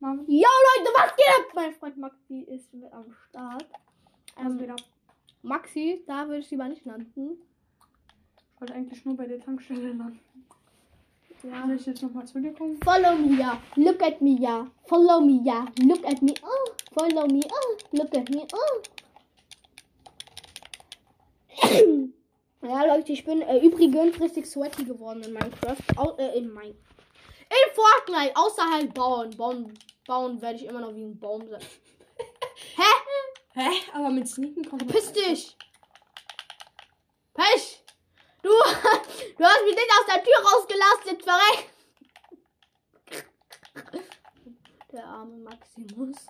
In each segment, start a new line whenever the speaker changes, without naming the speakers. Mami. Ja, Leute, was geht ab? Mein Freund Maxi ist mit am Start.
Was
Ähm,
geht ab?
Maxi, da würde ich lieber nicht landen.
Ich wollte eigentlich nur bei der Tankstelle landen.
Ja.
Soll ich jetzt nochmal zu dir kommen?
Also, Follow me, ja. Look at me, ja. Follow me, ja. Look at me, oh. Follow me, oh. Look at me, oh. ja, Leute, ich bin äh, übrigens richtig sweaty geworden in Minecraft. Au, äh, in Minecraft. In Fortnite, außerhalb bauen. Bauen, bauen werde ich immer noch wie ein Baum sein. Hä?
Hä? Aber mit Sneaken kommt
Piss dich! Pech! Du, du hast mich nicht aus der Tür rausgelassen, verreckt! Der arme Maximus.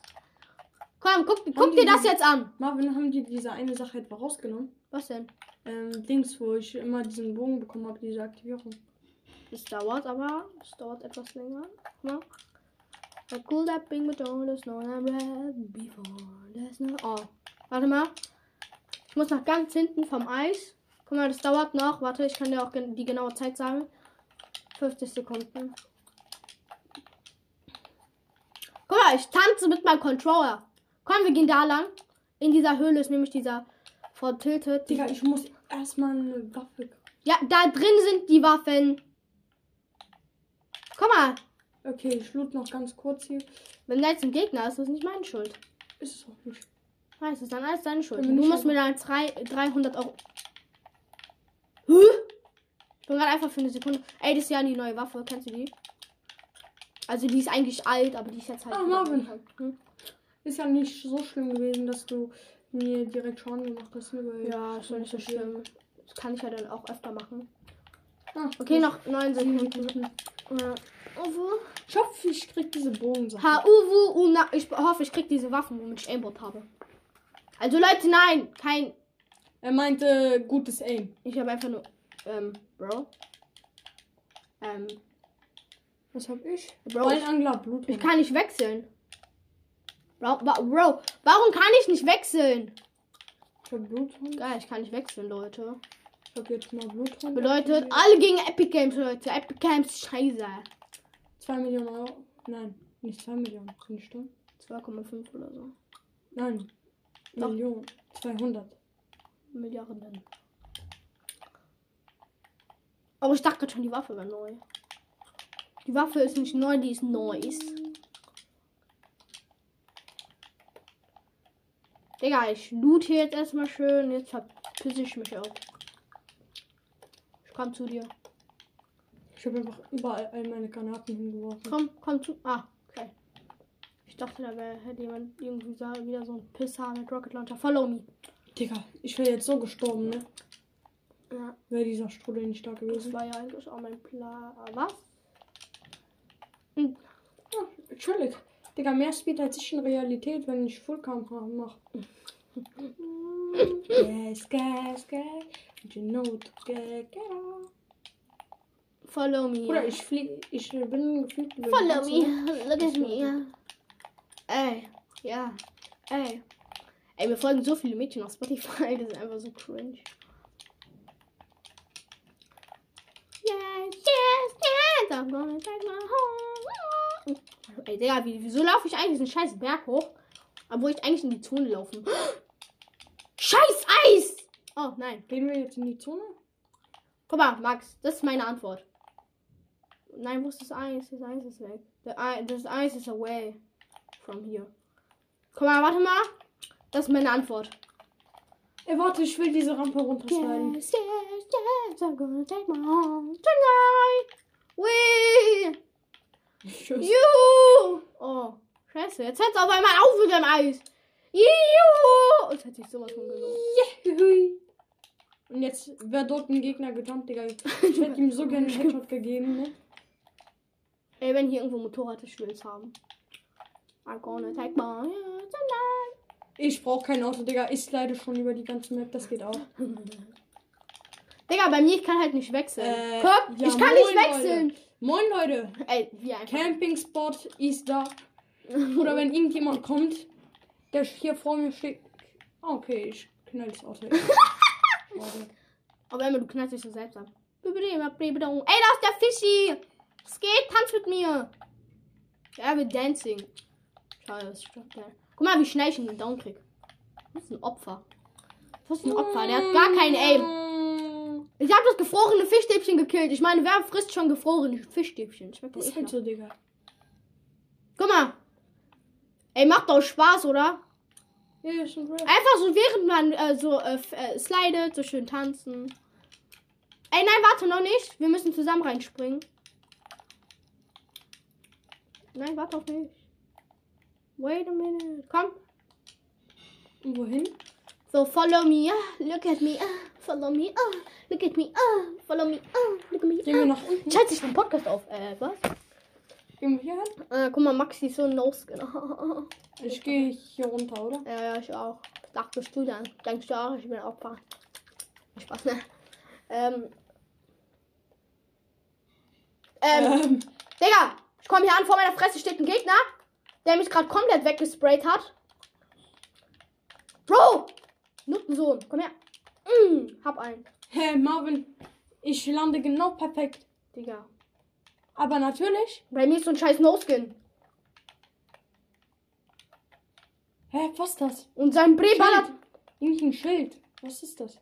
Komm, guck, guck dir das jetzt an!
Marvin, haben die diese eine Sache etwa rausgenommen?
Was denn?
Ähm, Dings, wo ich immer diesen Bogen bekommen habe, diese Aktivierung.
Das dauert aber, es dauert etwas länger. Guck Mal. A cool that ping betone, the snow and red before the snow. Oh, warte mal. Ich muss nach ganz hinten vom Eis. Guck mal, das dauert noch. Warte, ich kann dir auch gen- die genaue Zeit sagen. 50 Sekunden. Guck mal, ich tanze mit meinem Controller. Komm, wir gehen da lang. In dieser Höhle ist nämlich dieser von Tilted.
Digga, ich muss erstmal eine Waffe.
Ja, da drin sind die Waffen. Guck mal,
Okay, ich loot noch ganz kurz hier.
wenn da jetzt ein Gegner ist, ist das nicht meine Schuld.
Ist es auch nicht.
Nein, es ist dann alles deine Schuld.
Bin
Du
mir nicht
musst mir
sicher.
dann drei, 300 Euro. Huh? Ich bin gerade einfach für eine Sekunde. Ey, das ist ja die neue Waffe. Kennst du die? Also, die ist eigentlich alt, aber die ist jetzt halt.
Ah,
wieder-
Marvin.
Hm?
Ist ja nicht so schlimm gewesen, dass du mir direkt Schaden gemacht hast. ne, weil-
Ja, ist schon nicht so schlimm. Das kann ich ja dann auch öfter
Hm.
machen.
Ah,
Okay,
noch.
noch 9 Sekunden.
Hm.
Ja. Uwu.
Ich hoffe, ich krieg diese Bogensache.
Ha, uwu, una. Ich hoffe, ich krieg diese Waffen, womit ich Aimbot habe. Also, Leute, nein! Kein.
Er meinte gutes Aim.
Ich habe einfach nur. Ähm, Bro. Ähm,
Was hab ich?
Bro. Ich,
Ballangler, Blut.
ich kann nicht wechseln. Bro, wa- Bro, warum kann ich nicht wechseln?
Ich hab Bluthund.
Geil, ich kann nicht wechseln, Leute.
Ich hab jetzt mal Bluthund.
Bedeutet, alle gegen Epic Games, Leute. Epic Games, scheiße.
2 Millionen Euro. Nein, nicht 2 Millionen. Nicht stimmt.
2,5 oder so.
Nein.
Doch.
Millionen. 200.
Milliarden. Aber ich dachte grad schon, die Waffe wäre neu. Die Waffe ist nicht neu, die ist nice. Digga, ich loot hier jetzt erstmal schön. Jetzt verpiss ich mich auch. Ich komm zu dir.
Ich hab einfach überall all meine Granaten hingeworfen.
Komm, komm zu. Ah, okay. Ich dachte, da wär, hätte jemand irgendwie so- wieder so ein Pisser mit Rocket Launcher. Follow me.
Digga, ich wäre jetzt so gestorben, ne?
Ja,
Wäre dieser Strudel nicht da
das
gewesen.
war ja eigentlich auch mein Plan. Ah, Was?
Ja, chillig. Digga, mehr Speed als ich in Realität, wenn ich Fullcam mache. yes, gas, gas. And you know to get, get out.
Follow me.
Oder ich flieg, ich bin gefliegt. über die
Follow
ganze
me.
Welt.
Look at me. ja. Ey, ja. Ey. Ey, mir folgen so viele Mädchen auf Spotify. Das ist einfach so cringe. Yes, yes, yes. I'm gonna take my home. Ey, Digga, wie, wieso laufe ich eigentlich diesen scheiß Berg hoch? Obwohl ich eigentlich in die Zone laufen. Scheiß Eis! Oh, nein.
Gehen wir jetzt in die Zone?
Guck mal, Max, das ist meine Antwort. Nein, wo ist das Eis? Das Eis ist weg. The Ei- Das Eis ist away from here. Guck mal, warte mal. Das ist meine Antwort.
Ey, warte, ich will diese Rampe runterschneiden.
Yes, yes, yes, I'm gonna take my home tonight. We,
Tschüss.
you. Oh, scheiße, jetzt hört's auf einmal auf mit dem Eis. Juhu. Jetzt hätte ich sowas von gelogen.
Juhui. Und jetzt wäre dort ein Gegner gedumpt, Digga. Ich hätte ihm so gerne einen Headshot gegeben, ne?
Ey, wenn hier irgendwo Motorrad ist, ich will's haben. I'm gonna take my home tonight.
Ich brauche kein Auto, Digga. Ich slide schon über die ganze Map, das geht auch.
Digga, bei mir, ich kann halt nicht wechseln.
Äh,
Guck,
ja,
ich kann
moin,
nicht wechseln.
Leute. Moin, Leute.
Ey, wie einfach.
Camping Spot ist da. Oder wenn irgendjemand kommt, der hier vor mir steht. Ah, Okay, ich knall das Auto. Schade.
Aber immer, du knallst dich so selbst ab. Ey, da ist der Fischi. Es geht, tanz mit mir. Ja, wir dancing. Schade, das stimmt gar nicht. Guck mal, wie schnell ich ihn down krieg. Das ist ein Opfer. Das ist ein Opfer. Der hat gar keinen Aim.
Aim.
Ich habe das gefrorene Fischstäbchen gekillt. Ich meine, wer frisst schon gefrorene Fischstäbchen? Schmeckt
Das
das
ist halt so, Digga.
eh Guck mal. Ey, macht doch Spaß, oder?
Ja, ja, schon real.
Einfach so, während man äh, so äh, f- äh, slidet, so schön tanzen. Ey, nein, warte, noch nicht. Wir müssen zusammen reinspringen. Nein, warte auf mich. Wait a minute. Komm.
Und wohin?
So, follow me. ah, Look at me. ah, Follow me. ah, Look at me. ah, Follow me. ah, Look at me. ah.
Gehen wir nach unten?
Scheiße, ich bin Podcast auf. Äh, was?
Gehen wir hier hin?
Äh, guck mal, Maxi ist so ein No-Skin.
Ich gehe hier runter, oder?
Ja, ja, ich auch. Was dachtest du dann? Denkst du auch, ich bin Opfer? Spaß, ne? Ähm. Ähm,
Ähm,
Digga, ich komme hier an, vor meiner Fresse steht ein Gegner, der mich gerade komplett weggesprayt hat. Bro! Nuttensohn, komm her. Mm, hab einen.
hey Marvin, ich lande genau perfekt.
Digga.
Aber natürlich,
Bei mir ist so ein scheiß No-Skin.
hä, was ist das?
Und sein Bre ballert.
Schild. Irgendwie ein Schild. Was ist das?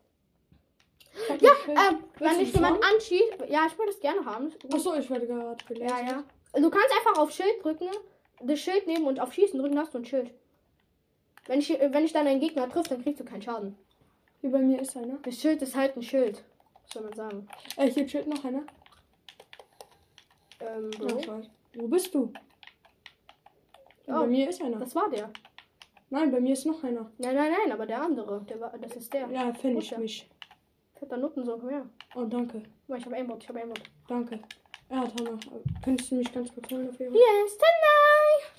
Fucking
Ja,
Schild.
ähm, wenn
Willst du
dich
einen
jemand anschießt. Ja, ich würde es gerne haben.
Achso, ich werde gerade gelesen.
ähm. Ja, ja. Du kannst einfach auf Schild drücken, das Schild nehmen und auf Schießen drücken, hast du ein Schild. Wenn ich, wenn ich dann einen Gegner triff, dann kriegst du keinen Schaden.
Über mir ist einer.
Das Schild ist halt ein Schild, soll man sagen.
Äh, hier chillt noch einer.
Ähm,
Ja,
Bro.
ich weiß. Wo bist du?
Oh.
Bei mir ist einer.
Das war der.
Nein, bei mir ist noch einer.
Nein, nein, nein, aber der andere. Der war, das ist der.
Ja, finde ich
Gut, ja.
mich.
Fetter Nutten, so, komm her.
Oh, danke.
Guck mal, ich hab Aimbot, ich hab Aimbot.
Hm. Danke. Ja, Tana, könntest du mich ganz kurz holen auf jeden Fall?
Yes, tonight!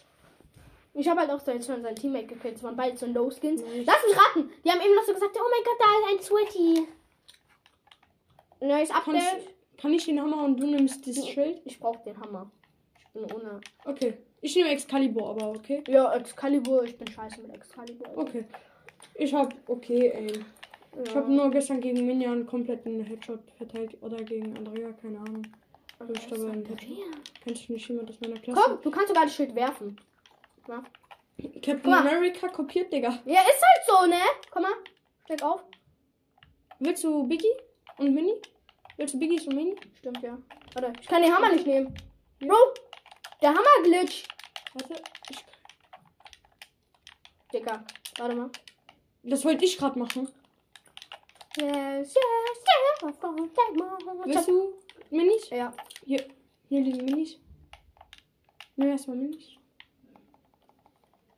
Ich habe halt auch so jetzt schon seinen Teammate gekillt. Das waren beide so No-Skins.
Nice.
Lass mich raten! Die haben eben noch so gesagt, oh mein Gott, da ist ein Sweaty. Neues Update.
Kannst, kann ich den Hammer und du nimmst dieses Schild?
Ich brauche den Hammer. Ich bin ohne.
Okay. Ich nehme Excalibur, aber okay.
Ja, Excalibur, ich bin scheiße mit Excalibur.
Okay. Ich hab, okay, ey.
ja.
Oh, Ich hab nur gestern gegen Minion einen kompletten Headshot verteilt oder gegen Andrea, keine Ahnung.
Also,
ich glaube, ein
Andrea.
Kennst du nicht jemand aus meiner Klasse?
Komm, du kannst sogar das Schild werfen. Na?
Captain
Guck mal.
America kopiert, Digga.
Ja, ist halt so, ne? Komm mal, steig auf.
Willst du Biggie und Mini? Willst du Biggies und Mini?
Stimmt, ja. Warte, ich kann den Hammer nicht nehmen. Bro, der Hammer-Glitch.
Warte, ich,
Digga, warte mal.
das wollte ich gerade machen.
Yes, yes, yes, I found that moment.
Willst du Minis?
Ja,
Hier, hier liegen Minis. Nimm erstmal Minis.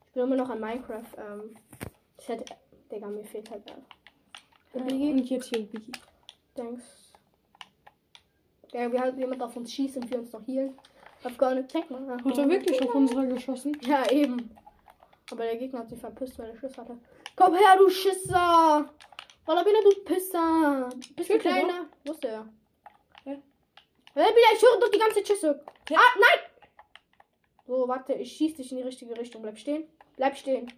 ich bin immer noch an Minecraft. Ähm, ich hätte, Digga, mir fehlt halt einfach. Und Biggie?
Und jetzt hier Biggie.
Thanks. Ja, wir haben jemand auf uns schießt und wir uns noch healen. I've got a check, man.
Hat er wirklich auf unsere geschossen?
ne? Ja, eben. Aber der Gegner hat sich verpisst, weil er Schuss hatte. Komm her, du Schisser! Wallabila, du Pisser! Bist du
Schüttel,
kleiner? Wo ist der?
ne? Hä?
Hä, Bila, ich höre doch die ganze Zeit Schüsse.
Hä?
Ah, nein! So, warte, ich schieß dich in die richtige Richtung. Bleib stehen. Bleib stehen.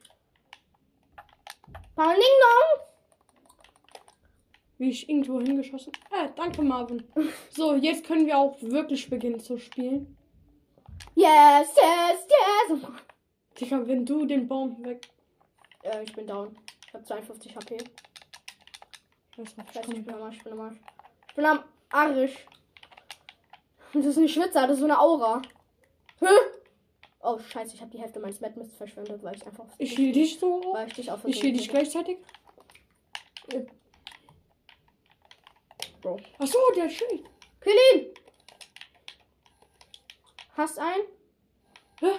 Paling Dong!
Wie ich irgendwo hingeschossen. Äh, danke Marvin. So, jetzt können wir auch wirklich beginnen zu spielen.
Yes, yes, yes! Oh
Digga, wenn du den Baum weg.
Äh, ich bin down. Ich hab 52 HP.
Ich weiß nicht, ich
Ich weiß nicht, ich
komm.
bin am Arsch, ich bin am Arsch. Ich bin am Arsch. Das ist ein Schwitzer, das ist so eine Aura. Hä? Oh, scheiße, ich habe die Hälfte meines Madmists verschwendet, weil ich einfach...
Ich heal dich so. hoch.
Weil ich dich auf...
Ich heal dich gleichzeitig. Äh.
Bro.
Achso, der Schild.
Kill ihn! Hast einen?
Hä?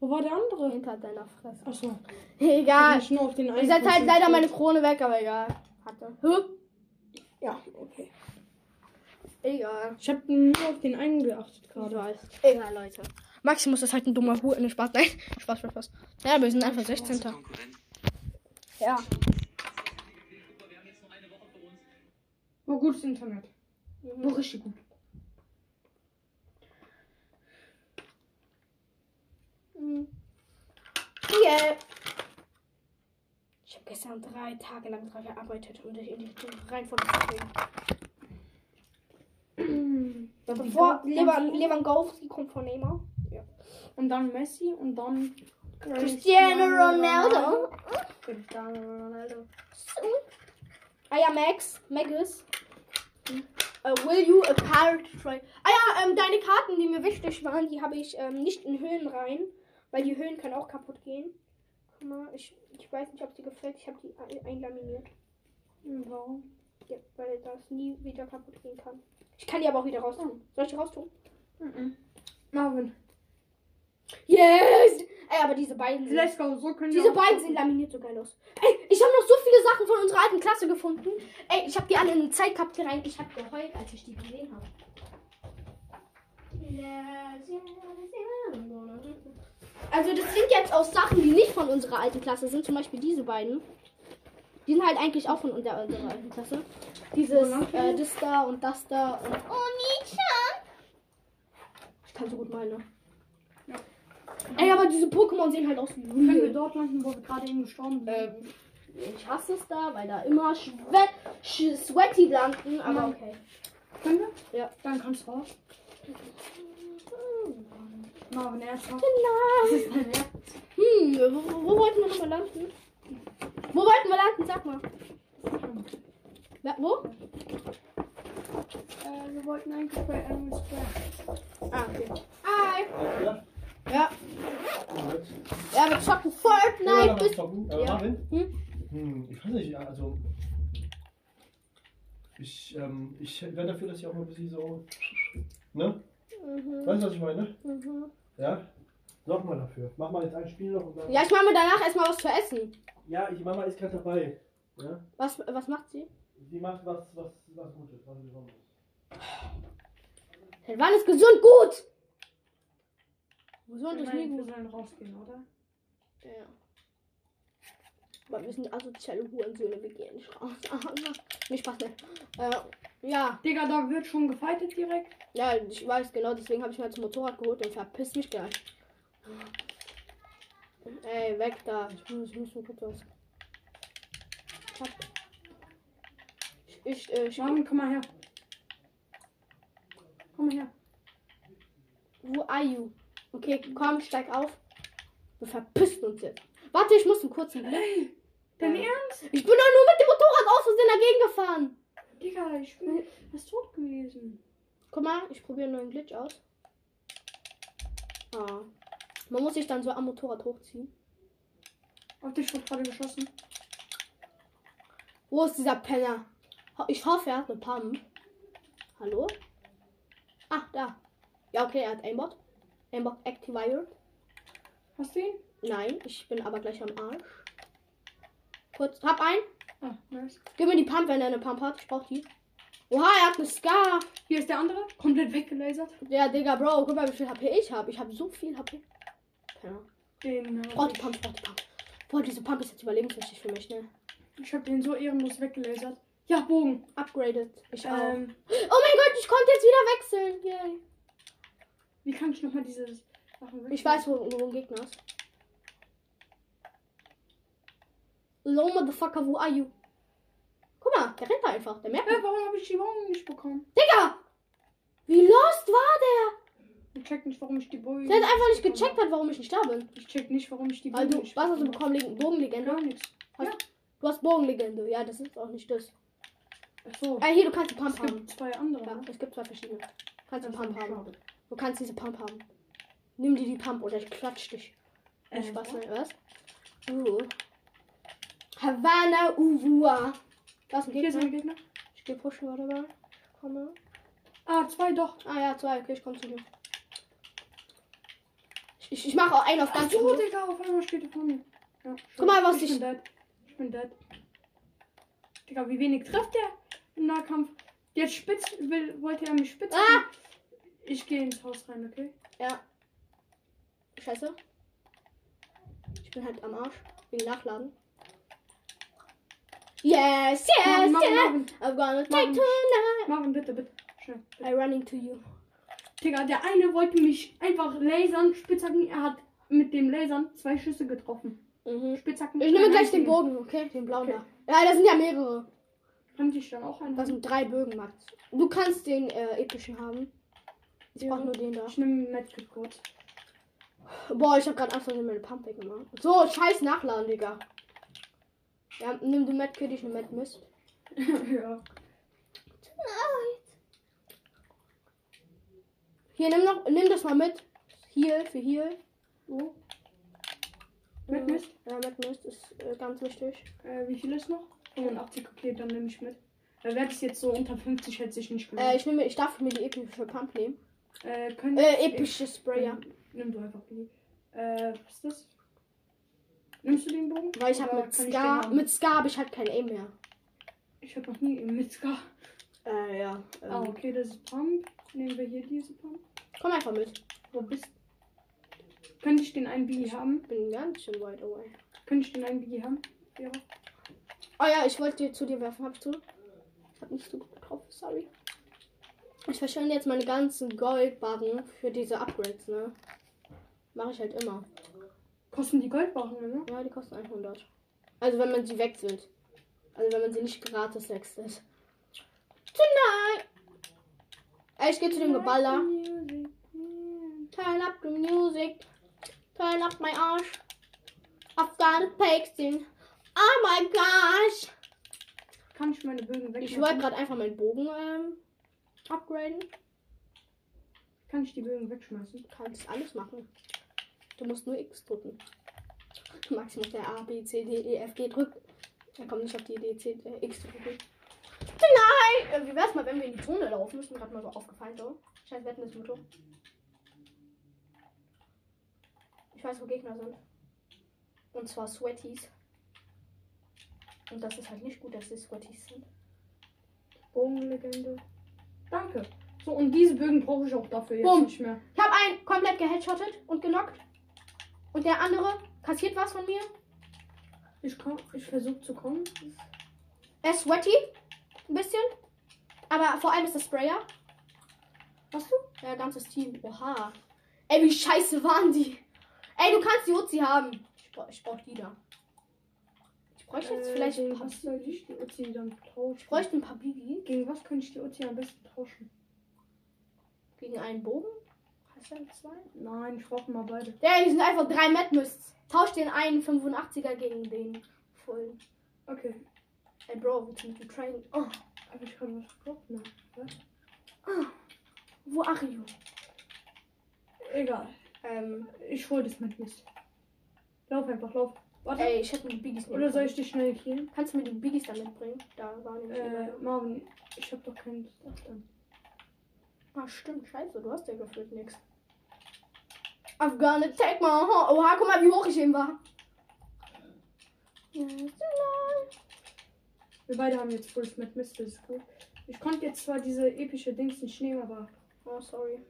Wo war der andere?
Hinter deiner Fresse.
Achso.
Egal.
Ich nur auf den
Ich
einen.
setze halt leider
konzentriert.
meine Krone weg, aber egal. Hatte. Hä?
Ja, okay.
Egal.
Ich habe nur auf den einen geachtet
Ich
gerade.
weiß. Egal, Leute. Maximus ist halt ein dummer Hu. Ne, Spaß. Nein, Spaß, Spaß, Spaß. Ja, wir sind einfach 16. Ja.
War Oh, gutes Internet. War richtig gut.
Yeah. Ich habe gestern drei Tage lang daran gearbeitet, um dich in die richtige Reihenfolge zu bringen. Bevor Lewan, Lewandowski kommt von Neymar. Ja.
Und dann Messi und dann
Cristiano Ronaldo.
Cristiano Ronaldo.
Ah ja, Max. Magus. Äh, will you a card try? Ah ja, ähm, deine Karten, die mir wichtig waren, die habe ich ähm, nicht in Höhlen rein, weil die Höhlen können auch kaputt gehen. Guck mal, ich, ich weiß nicht, ob sie gefällt. Ich habe die ein- einlaminiert,
Ja.
ja, weil das nie wieder kaputt gehen kann. Ich kann die aber auch wieder raustun. Soll ich die raustun?
Mhm. Marvin.
Yes! Ey, aber diese beiden sind...
Let's go. So können
Diese
wir.
beiden sind laminiert so geil aus. Ey, ich habe noch so viele Sachen von unserer alten Klasse gefunden. Ey, ich habe die alle in eine Zeitkapsel rein. Ich habe geheult, als ich die gesehen habe. Also das sind jetzt auch Sachen, die nicht von unserer alten Klasse sind. Zum Beispiel diese beiden. Die sind halt eigentlich auch von unter- unserer alten Klasse.
Oh,
Dieses, äh, das da und das da und... Oh, Nietzsche! Ich kann so gut malen, ne?
Ja.
Ey, aber diese Pokémon sehen halt aus wie
Können wir dort landen, wo wir gerade eben gestorben sind?
ähm, ich hasse es da, weil da immer Schwe Sch Sweaty landen, aber
Nein.
okay.
Können wir?
Ja.
Dann kannst du raus. Marvin, ernsthaft. Das
Nein.
ist dein Ernst.
Hm, wo, wo wollten wir nochmal landen? Wo wollten wir landen? Sag mal. Wa- wo?
Äh, wir wollten eigentlich bei Animal Square.
Ah, okay. Hi.
Ja,
Ja,
gut.
ja wir zocken
Immer
Fortnite
noch
bis...
was zocken? Äh,
Ja.
Marvin?
Hm?
Hm, ich weiß nicht, ja, also. Ich, ähm, ich wäre dafür, dass ich auch mal ein bisschen so. Ne?
Mhm,
Weißt du, was ich meine?
mhm.
Ja? Nochmal dafür. Mach mal jetzt ein Spiel noch und dann.
Ja, ich mache mir danach erstmal was zu essen.
Ja, ich, Mama ist gerade dabei. Ja?
Was, was macht sie?
Die macht was, was, was Gutes. Was Besonderes.
Hey, Wann ist gesund gut? Gesund
Ich
ist
meine,
nie gut.
wir sollen rausgehen, oder?
Ja. Aber wir sind asoziale Hurensöhne, wir gehen nicht raus. nee, Spaß nicht. Äh, ja,
Digga, da wird schon gefeitet direkt.
ja, ich weiß genau, deswegen habe ich mir das Motorrad geholt und verpiss mich gleich. Ey, weg da. Ich muss, ich muss nur kurz was. Ich, hab, ich, ich, äh, ich
Marvin, komm mal her. Komm mal her.
Wo are you? Okay, komm, steig auf. Wir verpissen uns jetzt. Warte, ich muss einen kurzen Blick.
Dein
Ja.
Ernst?
Ich bin doch nur mit dem Motorrad aus Versehen dagegen gefahren.
Digga, ich bin. Du bist tot gewesen.
Guck mal, ich probiere einen neuen Glitch aus. Ah. Man muss sich dann so am Motorrad hochziehen.
Auf dich wurde gerade geschossen.
Wo ist dieser Penner? Ho- Ich hoffe, er hat eine Pump. Hallo? Ah, da. Ja, okay, er hat Aimbot. Aimbot activiert.
Hast du ihn?
Nein, ich bin aber gleich am Arsch. Kurz, hab einen.
Ah, nice.
Gib mir die Pump, wenn er eine Pump hat. Ich brauch die. Oha, er hat eine Scar.
Hier ist der andere. Komplett weggelasert.
Ja, Digga, Bro, guck mal, wie viel HP ich habe. Ich habe so viel HP. Keine Ahnung.
Den. Äh,
Oh, die Pump, ich brauch die Pump. Boah, diese Pump ist jetzt überlebenswichtig für mich, ne?
Ich hab den so ehrenlos weggelasert. Ja, Bogen.
Upgraded. Ich auch.
Ähm,
Oh mein Gott, ich konnte jetzt wieder wechseln. Yay.
wie kann ich nochmal diese Sachen weg-
Ich weiß, wo, wo ein Gegner ist. Hello, motherfucker, wo are you? Guck mal, der rennt da einfach. Der merkt
Hä,
mich.
warum habe ich die Bogen nicht bekommen?
Digga! Wie lost war
Ich check nicht, warum ich die Bogen.
der? Der hat einfach nicht gecheckt hat, warum ich nicht da bin.
Ich check nicht, warum ich die
Also,
nicht
was hast du
bekommen
bekommen? Leg-
hab.
Bogenlegende?
Gar nichts.
Du hast Bogenlegende. Ja, das ist auch nicht das.
Achso.
Ah, hier, du kannst die Pump
Es
haben.
gibt zwei andere. Also
Ja,
ne?
es gibt zwei verschiedene. Du kannst
Das
die
ist
Pump haben.
schade.
Du kannst diese Pump haben. Nimm dir die Pump oder ich klatsch dich.
Äh,
Spaß,
ja.
ne? Was? Uh. Havana Uvua. Das ist ein
Hier ist
Gegner.
ein Gegner.
Ich geh pushen, warte mal. Komme.
Ah, zwei doch.
Ah ja, zwei. Okay, ich komm zu dir. Ich, ich, ich mache auch einen auf ganz
So,
gut.
Digga, auf einmal steht er vor mir. Ja,
ne? Guck mal, was
ich.
ich-
bin dead. Ich bin dead. Digga, wie wenig trifft der im Nahkampf? Jetzt spitz. Will, wollte er mich spitzen?
Ah!
Ich gehe ins Haus rein, okay?
Ja. Scheiße. Ich bin halt am Arsch. Wegen Nachladen. Yes, yes,
Marvin, Marvin,
yes.
Marvin,
I'm gonna take
Marvin.
tonight.
Marvin, bitte, bitte. Schnell.
I'm running to you.
Digga, der eine wollte mich einfach lasern, Spitzhacken. Er hat mit dem Lasern zwei Schüsse getroffen.
Mhm.
Spitzhacken.
Ich nehme gleich den Bogen, okay? Den blauen da. Ja, da sind ja mehrere.
Kann ich dann auch einen?
Das sind drei Bögen, Max. Du kannst den äh, epischen haben. Ich
Ja.
brauch nur den da.
Ich nehme Medkit kurz.
Boah, ich hab gerade Angst, dass ich meine Pump weggemacht. So, scheiß Nachladen, Digga. Ja, nimm die Medkit, ich ne Med Mist.
ja.
Hier, nimm noch, nimm das mal mit. Hier, für hier.
So.
Äh,
Mit Mist?
Ja, Med Mist ist äh, ganz wichtig.
Äh, wie viel ist noch? 85, okay, dann nehme ich mit. Äh, Wäre das jetzt so unter 50, hätte ich nicht
Äh,
genommen.
ich nehme, ich darf mir die epische Pump nehmen.
Äh, können
Äh, epische Sprayer.
Nimm, nimm du einfach die. Äh, was ist das? Nimmst du den Bogen?
Weil ich hab
Oder
mit
kann ich
Ska,
den haben?
mit Ska hab ich halt kein Aim mehr.
Ich hab noch nie im Mitzka.
Äh, ja. Ähm,
Ah, okay, das ist Pump. Nehmen wir hier diese Pump.
Komm einfach mit.
Wo bist Könnte ich den einen Biggie haben?
Ich bin ganz schön weit away.
Könnte ich den einen Biggie haben? Ja.
Oh ja, ich wollte dir zu dir werfen. Hab ich zu? Ich hab nicht so gut drauf, sorry. Ich verschwende jetzt meine ganzen Goldbarren für diese Upgrades, ne? Mache ich halt immer.
Kosten die Goldbarren, ne?
Ja, die kosten 100. Also wenn man sie wechselt. Also wenn man sie nicht gratis wechselt. Tonight! Ey, ich gehe zu dem Geballer. Turn up the music. Turn up my Arsch. I've got a paxton. Oh my gosh!
Kann ich meine Bögen wegmachen?
Ich wollte gerade einfach meinen Bogen ähm, upgraden.
Kann ich die Bögen wegschmeißen?
Du kannst alles machen. Du musst nur X drücken. Max macht der A, B, C, D, E, F, G drückt. Er kommt nicht auf die Idee, C, äh, X zu drücken. Nein! Äh, wie wär's mal, wenn wir in die Zone laufen? Ist mir gerade mal so aufgefallen, so. Scheiß Wetten ist Motto. Ich weiß, wo Gegner sind. Und zwar Sweaties. Und das ist halt nicht gut, dass sie Sweaties sind.
Bogenlegende. Danke. So, und diese Bögen brauche ich auch dafür jetzt
Bumm.
nicht mehr.
Ich habe einen komplett geheadshottet und genockt. Und der andere kassiert was von mir.
Ich, komm- ich versuche zu kommen.
Er ist sweaty. Ein bisschen. Aber vor allem ist der Sprayer. Was du? Ja, ganzes Team. Oha. Ey, wie scheiße waren die? Ey, du kannst die Uzi haben. Ich, bra ich brauch die da. Ich bräuchte jetzt
Äh,
vielleicht ein
gegen
paar.
was soll ich die Uzi dann tauschen?
Ich bräuchte ein paar Bibi
Gegen was könnte ich die Uzi am besten tauschen?
gegen einen Bogen. Hast du einen zwei?
Nein, ich brauche mal beide.
Ja, die sind einfach drei Mad Mists. Tausch den einen 85er gegen den vollen.
Okay.
Ey, Bro, willst du mit dem Train? Oh,
Habe ich gerade was gebraucht? Nein. Was?
wo are you?
Egal.
Ähm,
Ich hol das mit nicht. Lauf einfach, lauf. Warte.
ey, ich hätte mir die Biggies nehmen
Oder soll
können.
ich dich schnell killen?
Kannst du mir die Biggies da mitbringen? Da waren nämlich
Äh,
überall.
Marvin, ich hab doch keinen Stuff dann.
Ah, stimmt, scheiße, du hast ja gefühlt nix. I've gonna take my home. Oha, guck mal, wie hoch ich eben war. Yes, tonight.
Wir beide haben jetzt Full mit Mist, das ist gut. Ich konnte jetzt zwar diese epische Dings nicht nehmen, aber
Oh, sorry.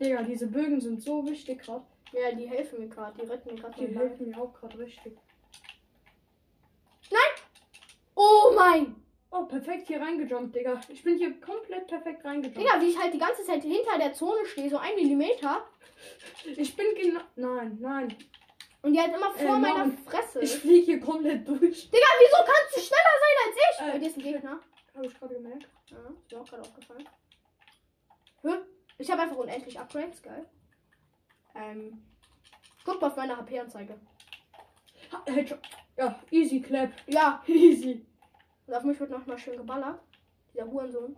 Digga, diese Bögen sind so wichtig gerade.
Ja, die helfen mir gerade, die retten mir gerade
Die
mein Leben.
helfen mir auch gerade richtig.
Oh mein!
Oh, perfekt hier reingejumpt, Digga. Ich bin hier komplett perfekt reingejumpt.
Digga, wie ich halt die ganze Zeit hinter der Zone stehe, so ein Millimeter.
Ich bin genau. Nein, nein.
Und die halt immer vor
Äh,
meiner
Mann.
Fresse.
Ich fliege hier komplett durch.
Digga, wieso kannst du schneller sein als ich?
Äh,
Bei dir ist ein Gegner.
Habe ich gerade gemerkt.
Ja, ist mir auch gerade aufgefallen. Hä? Ich habe einfach unendlich Upgrades, geil. Ähm. Guck mal auf meine HP-Anzeige.
Ha, Ah, Headshot. Ja, easy clap.
Ja,
Easy.
und auf mich wird nochmal schön geballert. Dieser Hurensohn.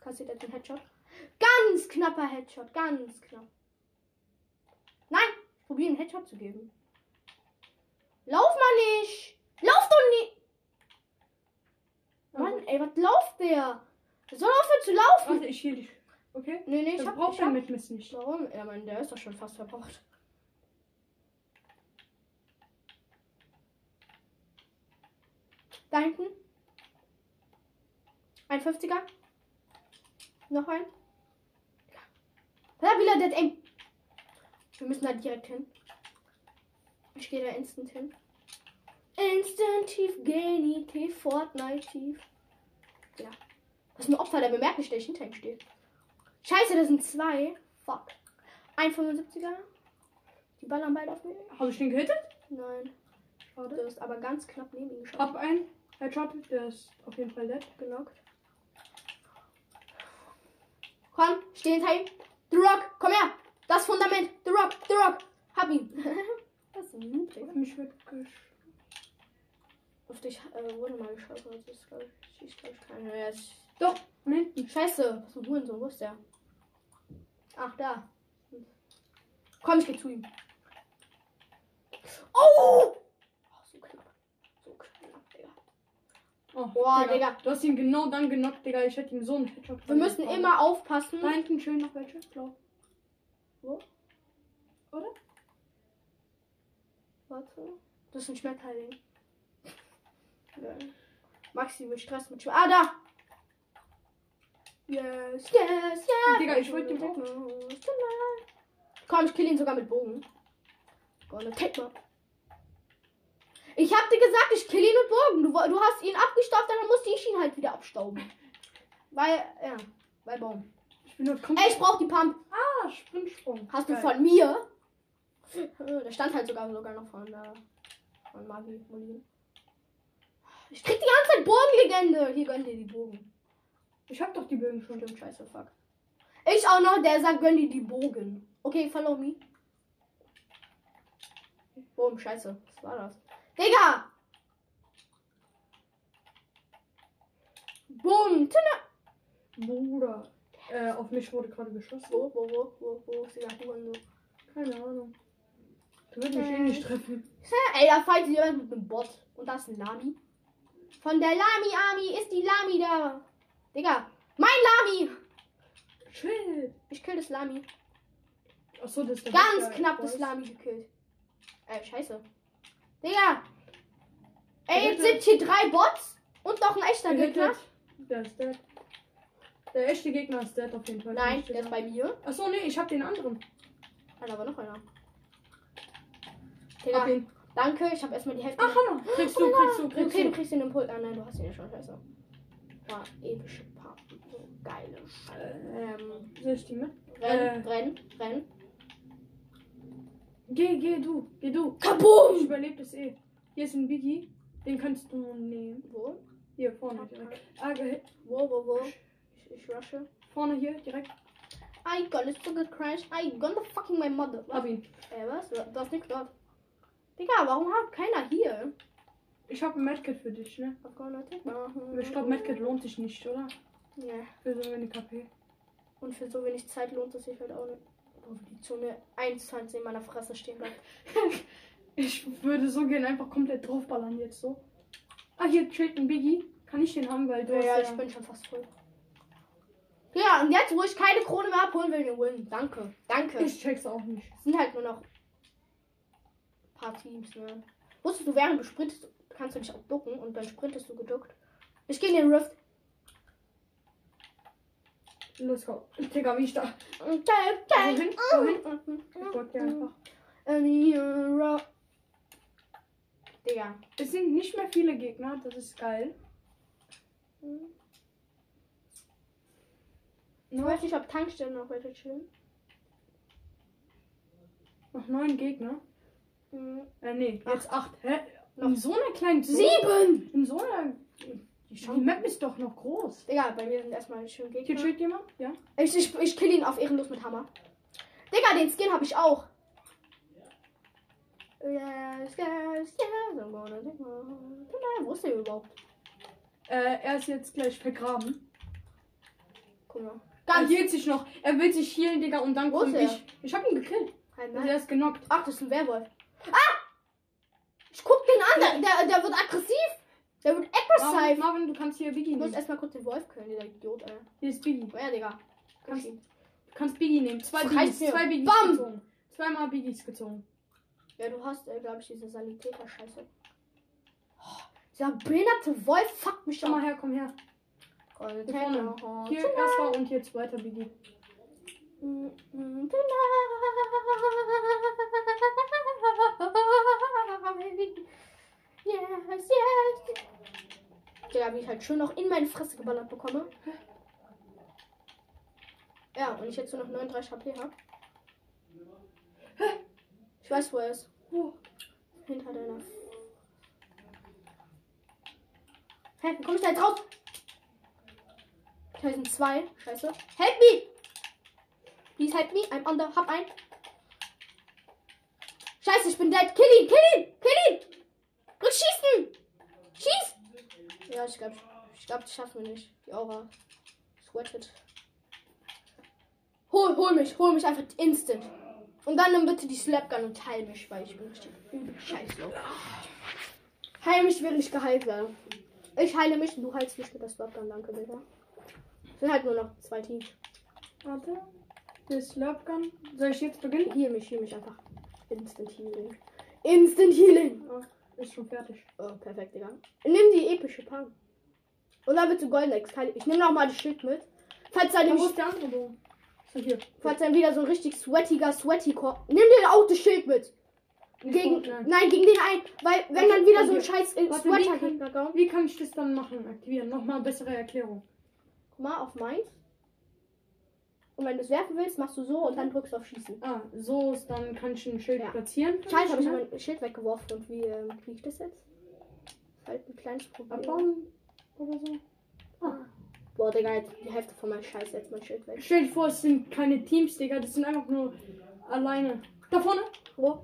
Kassiert jetzt den Headshot. Ganz knapper Headshot, ganz knapp. Nein, ich probiere einen Headshot zu geben. Lauf mal nicht! Lauf doch nicht! Mann, ey, was lauft der? Der soll aufhören zu laufen!
Warte, ich heal dich. Okay?
Nee, nee, ich
Ich
hab,
brauche
ich hab
damit Mist nicht.
Warum? Ja, mein, der ist doch schon fast verbraucht. Da hinten. Ein 50er. Noch ein. Ja, wieder das eng. Wir müssen da direkt hin. Ich gehe da instant hin. Instant tief, Genie tief, Fortnite tief. Ja. Das ist ein Opfer, der bemerkt nicht, dass ich hinter ihm stehe. Scheiße, das sind zwei. Fuck. Ein 75er. Die ballern beide auf mich.
Habe ich den gehittet?
Nein. Du
Schade.
ist aber ganz knapp neben ihm geschossen.
Hab einen. Headshot. Der ist auf jeden Fall dead.
Genockt. Komm, steh hinter ihm. The Rock, komm her. Das Fundament. The Rock, The Rock. Hab ihn. das ist so niedlich.
Mich wird gesch.
Auf dich äh, wurde mal geschossen. Das ist, glaube ich, ich glaube, ich kann. Ja, ich, doch,
Nee.
Scheiße, was ein Hurensohn, wo ist der? Ach, da. Komm, ich geh zu ihm. Oh! oh so knapp. So knapp, Digga.
Oh,
Boah, Digga.
Du hast ihn genau dann genockt, Digga. Ich hätte ihm so einen Headshot
Wir müssen immer aufpassen.
Da hinten schön noch welche, glaub.
Wo? Oder? Warte. Das ist ein Schmetterling. Ja. Maxi will Stress mit Schw Ah, da! Yes, yes, yes!
Digga, ich wollte den Bogen.
Komm, ich kill ihn sogar mit Bogen. Gonna take my- Ich hab dir gesagt, ich kill ihn mit Bogen. Du, wo- du hast ihn abgestaubt, dann musste ich ihn halt wieder abstauben. Weil, ja, weil Baum.
Ich bin nur
Ey,
komplett.
ich brauch die Pump.
Ah, Sprintsprung.
Hast du
Geil.
von mir? Da stand halt sogar sogar noch von, äh, von Magie Molin. Ich krieg die ganze Zeit Bogenlegende. Hier gönn dir die Bogen.
Ich hab doch die Bögen schon.
Stimmt, scheiße, fuck. Ich auch noch, der sagt, gönn dir die Bogen. Okay, follow me. Boom, scheiße. Was war das? Digga! Boom! Tinne!
Bruder. Äh, auf mich wurde gerade geschossen.
Wo, wo, wo, wo, wo? Sie sagt, wo, wo.
Keine Ahnung. Du wirst
Äh.
mich eh nicht treffen.
Ey, da fightet jemand mit einem Bot. Und da ist ein Lami. Von der Lami-Army ist die Lami da. Digga, mein Lami.
Chill.
Ich kill das Lami.
Achso, das ist der
Ganz
Big Guy,
knapp
ich weiß.
das Lami gekillt. Äh, scheiße. Digga. Ey, jetzt
Bitte.
sind hier drei Bots und noch ein echter Gegner.
Gehittet. Der ist dead. Der echte Gegner ist dead auf jeden Fall.
Nein,
Nicht
der ist bei mir.
Achso, nee, ich hab den anderen.
Dann aber noch einer.
Hab
Digga,
ihn.
danke. Ich habe erstmal die Hälfte.
Ach, Hammer. Kriegst du,
Oh,
kriegst du,
Okay, du
kriegst du.
kriegst den Impuls. Ah nein, du hast ihn ja schon. Scheiße. War epische Party. So geile Scheiße. Ähm,
Äh,
äh,
Soll ich die mit?
renn, renn, renn.
Geh, geh du, geh du. Ich
Kaboom!
überlebe das eh. Hier ist ein Biggie. Den kannst du nehmen.
Wo?
Hier vorne direkt. Ah, ge-
Wo, wo, wo? Ich, ich rushe.
vorne hier direkt.
I got a sugar crash. I got the fucking my mother. Was?
Hab ihn.
Äh, was? Du du hast nicht dort. Digga, warum hat keiner hier?
Ich hab ein Medkit für dich, ne?
I'm gonna take my-
Aber Ich glaube, Medkit lohnt sich nicht, oder?
Ja.
Für so wenig KP.
Und für so wenig Zeit lohnt es sich halt auch nicht. Oh, wie die Zunge 1,20 in meiner Fresse stehen bleibt.
Ich würde so gern einfach komplett draufballern jetzt so. Ah, hier chillt ein Biggie. Kann ich den haben, weil du
Ja, ja,
hast
ich bin schon fast voll. Ja, und jetzt, wo ich keine Krone mehr abholen will, den Win. Danke. Danke.
Ich check's auch nicht.
Es sind halt nur noch ein paar Teams, ne? Wusstest du, während du sprintest, kannst du dich auch ducken und dann sprintest du geduckt. Ich gehe in den Rift.
Let's go. Digga, wie ich da. Wohin? Ich folg dir einfach.
Digga.
Es sind nicht mehr viele Gegner, das ist geil.
Ich weiß nicht, ob Tankstellen noch weiter chillen.
Noch neun Gegner.
Mhm.
Äh, nee, jetzt acht. Hä?
Noch-
In so einer kleinen.
Sieben!
In so einer. Die
Schauen.
Map ist doch noch groß.
Digga, bei mir sind erstmal schön
Hier
Gegner.
chillt jemand? Ja.
Ich, ich, ich kill ihn auf Ehrenlos mit Hammer. Digga, den Skin habe ich auch. Yes, yes, yes, I'm gonna take my home. Digga, Wo ist der überhaupt?
Äh, er ist jetzt gleich vergraben.
Guck mal.
Er
Ganz
hielt sich noch. Er will sich healen, Digga, und dann
Wo
komm
ist er?
ich. Ich hab ihn gekillt.
Halt,
Also
nein.
er ist genockt.
Ach, das ist ein Werwolf. Ah! Ich guck den an, der, der, der wird aggressiv. Der wird
Marvin,
aggressiv.
Marvin, du kannst hier Biggie
Ich muss
nehmen.
erstmal kurz den Wolf killen, dieser Idiot, ey.
Hier ist Biggie.
Oh ja, Digga.
Kannst- Du kannst Biggie nehmen. Zwei
Das
Biggies.
reicht mir.
Zwei Biggies
Bam!
gezogen. Zweimal Biggies gezogen.
Ja, du hast, äh, glaube ich, diese Sanitäter-Scheiße. Oh, dieser behinderte Wolf fuckt mich
Schau mal
schon.
her, komm her. Hier
Hier
erstmal und jetzt weiter Biggie.
Yes, yes. Digga, wie ich halt schön noch in meine Fresse geballert bekomme. Ja, und ich jetzt nur noch 39 HP habe. Ich weiß, wo er ist.
Wo?
Hinter deiner. Hä, wie komm ich da jetzt raus? Da sind zwei. Scheiße. Help me! Beside me, I'm under, hab ein. Scheiße, ich bin dead. Kill ihn, kill ihn, kill ihn. Drück schießen. Schieß. Ja, ich glaube, ich glaube, das schaffen wir nicht. Die Aura. Sweated. Hol, hol mich, hol mich einfach instant. Und dann nimm bitte die Slapgun und heil mich, weil ich bin richtig übel scheiße. Heil mich, will ich geheilt werden. Ich heile mich und du heilst mich mit der Slapgun, danke, Digga. Es sind halt nur noch zwei Teams.
Warte. Das Slurpgun. Soll ich jetzt beginnen?
Heal mich, heal mich einfach. Instant Healing. Instant Healing.
Ah, ist schon fertig.
Oh, perfekt, Digga. Nimm die epische Pang. Oder willst du Goldex? Keine- Ich nehme nochmal das Schild mit. Falls da
Dann wo
nämlich,
ist der andere Bogen? So, hier.
falls dann wieder so ein richtig sweatiger Sweaty kommt. Nimm dir auch das Schild mit.
Nicht
Gegen,
gut, nein.
nein, gegen den ein. Weil, wenn dann wieder so ein
Okay.
scheiß äh,
Warte, wie
Sweater-Gegner kommt.
Wie kann ich das dann machen? Aktivieren. Nochmal bessere Erklärung.
Guck mal auf meins. Und wenn du es werfen willst, machst du so und dann drückst du auf Schießen.
Ah, so ist dann kann ich ein Schild
Ja.
platzieren.
Scheiße, aber ich habe mein Schild weggeworfen. Und wie ähm, kriege ich das jetzt? Ist Halt ein kleines Problem.
Abbauen oder so. Ah.
Boah, Digga, jetzt die Hälfte von meinem Scheiß jetzt mein Schild weg.
Stell dir vor, es sind keine Teams, Digga. Das sind einfach nur alleine. Da vorne?
Wo?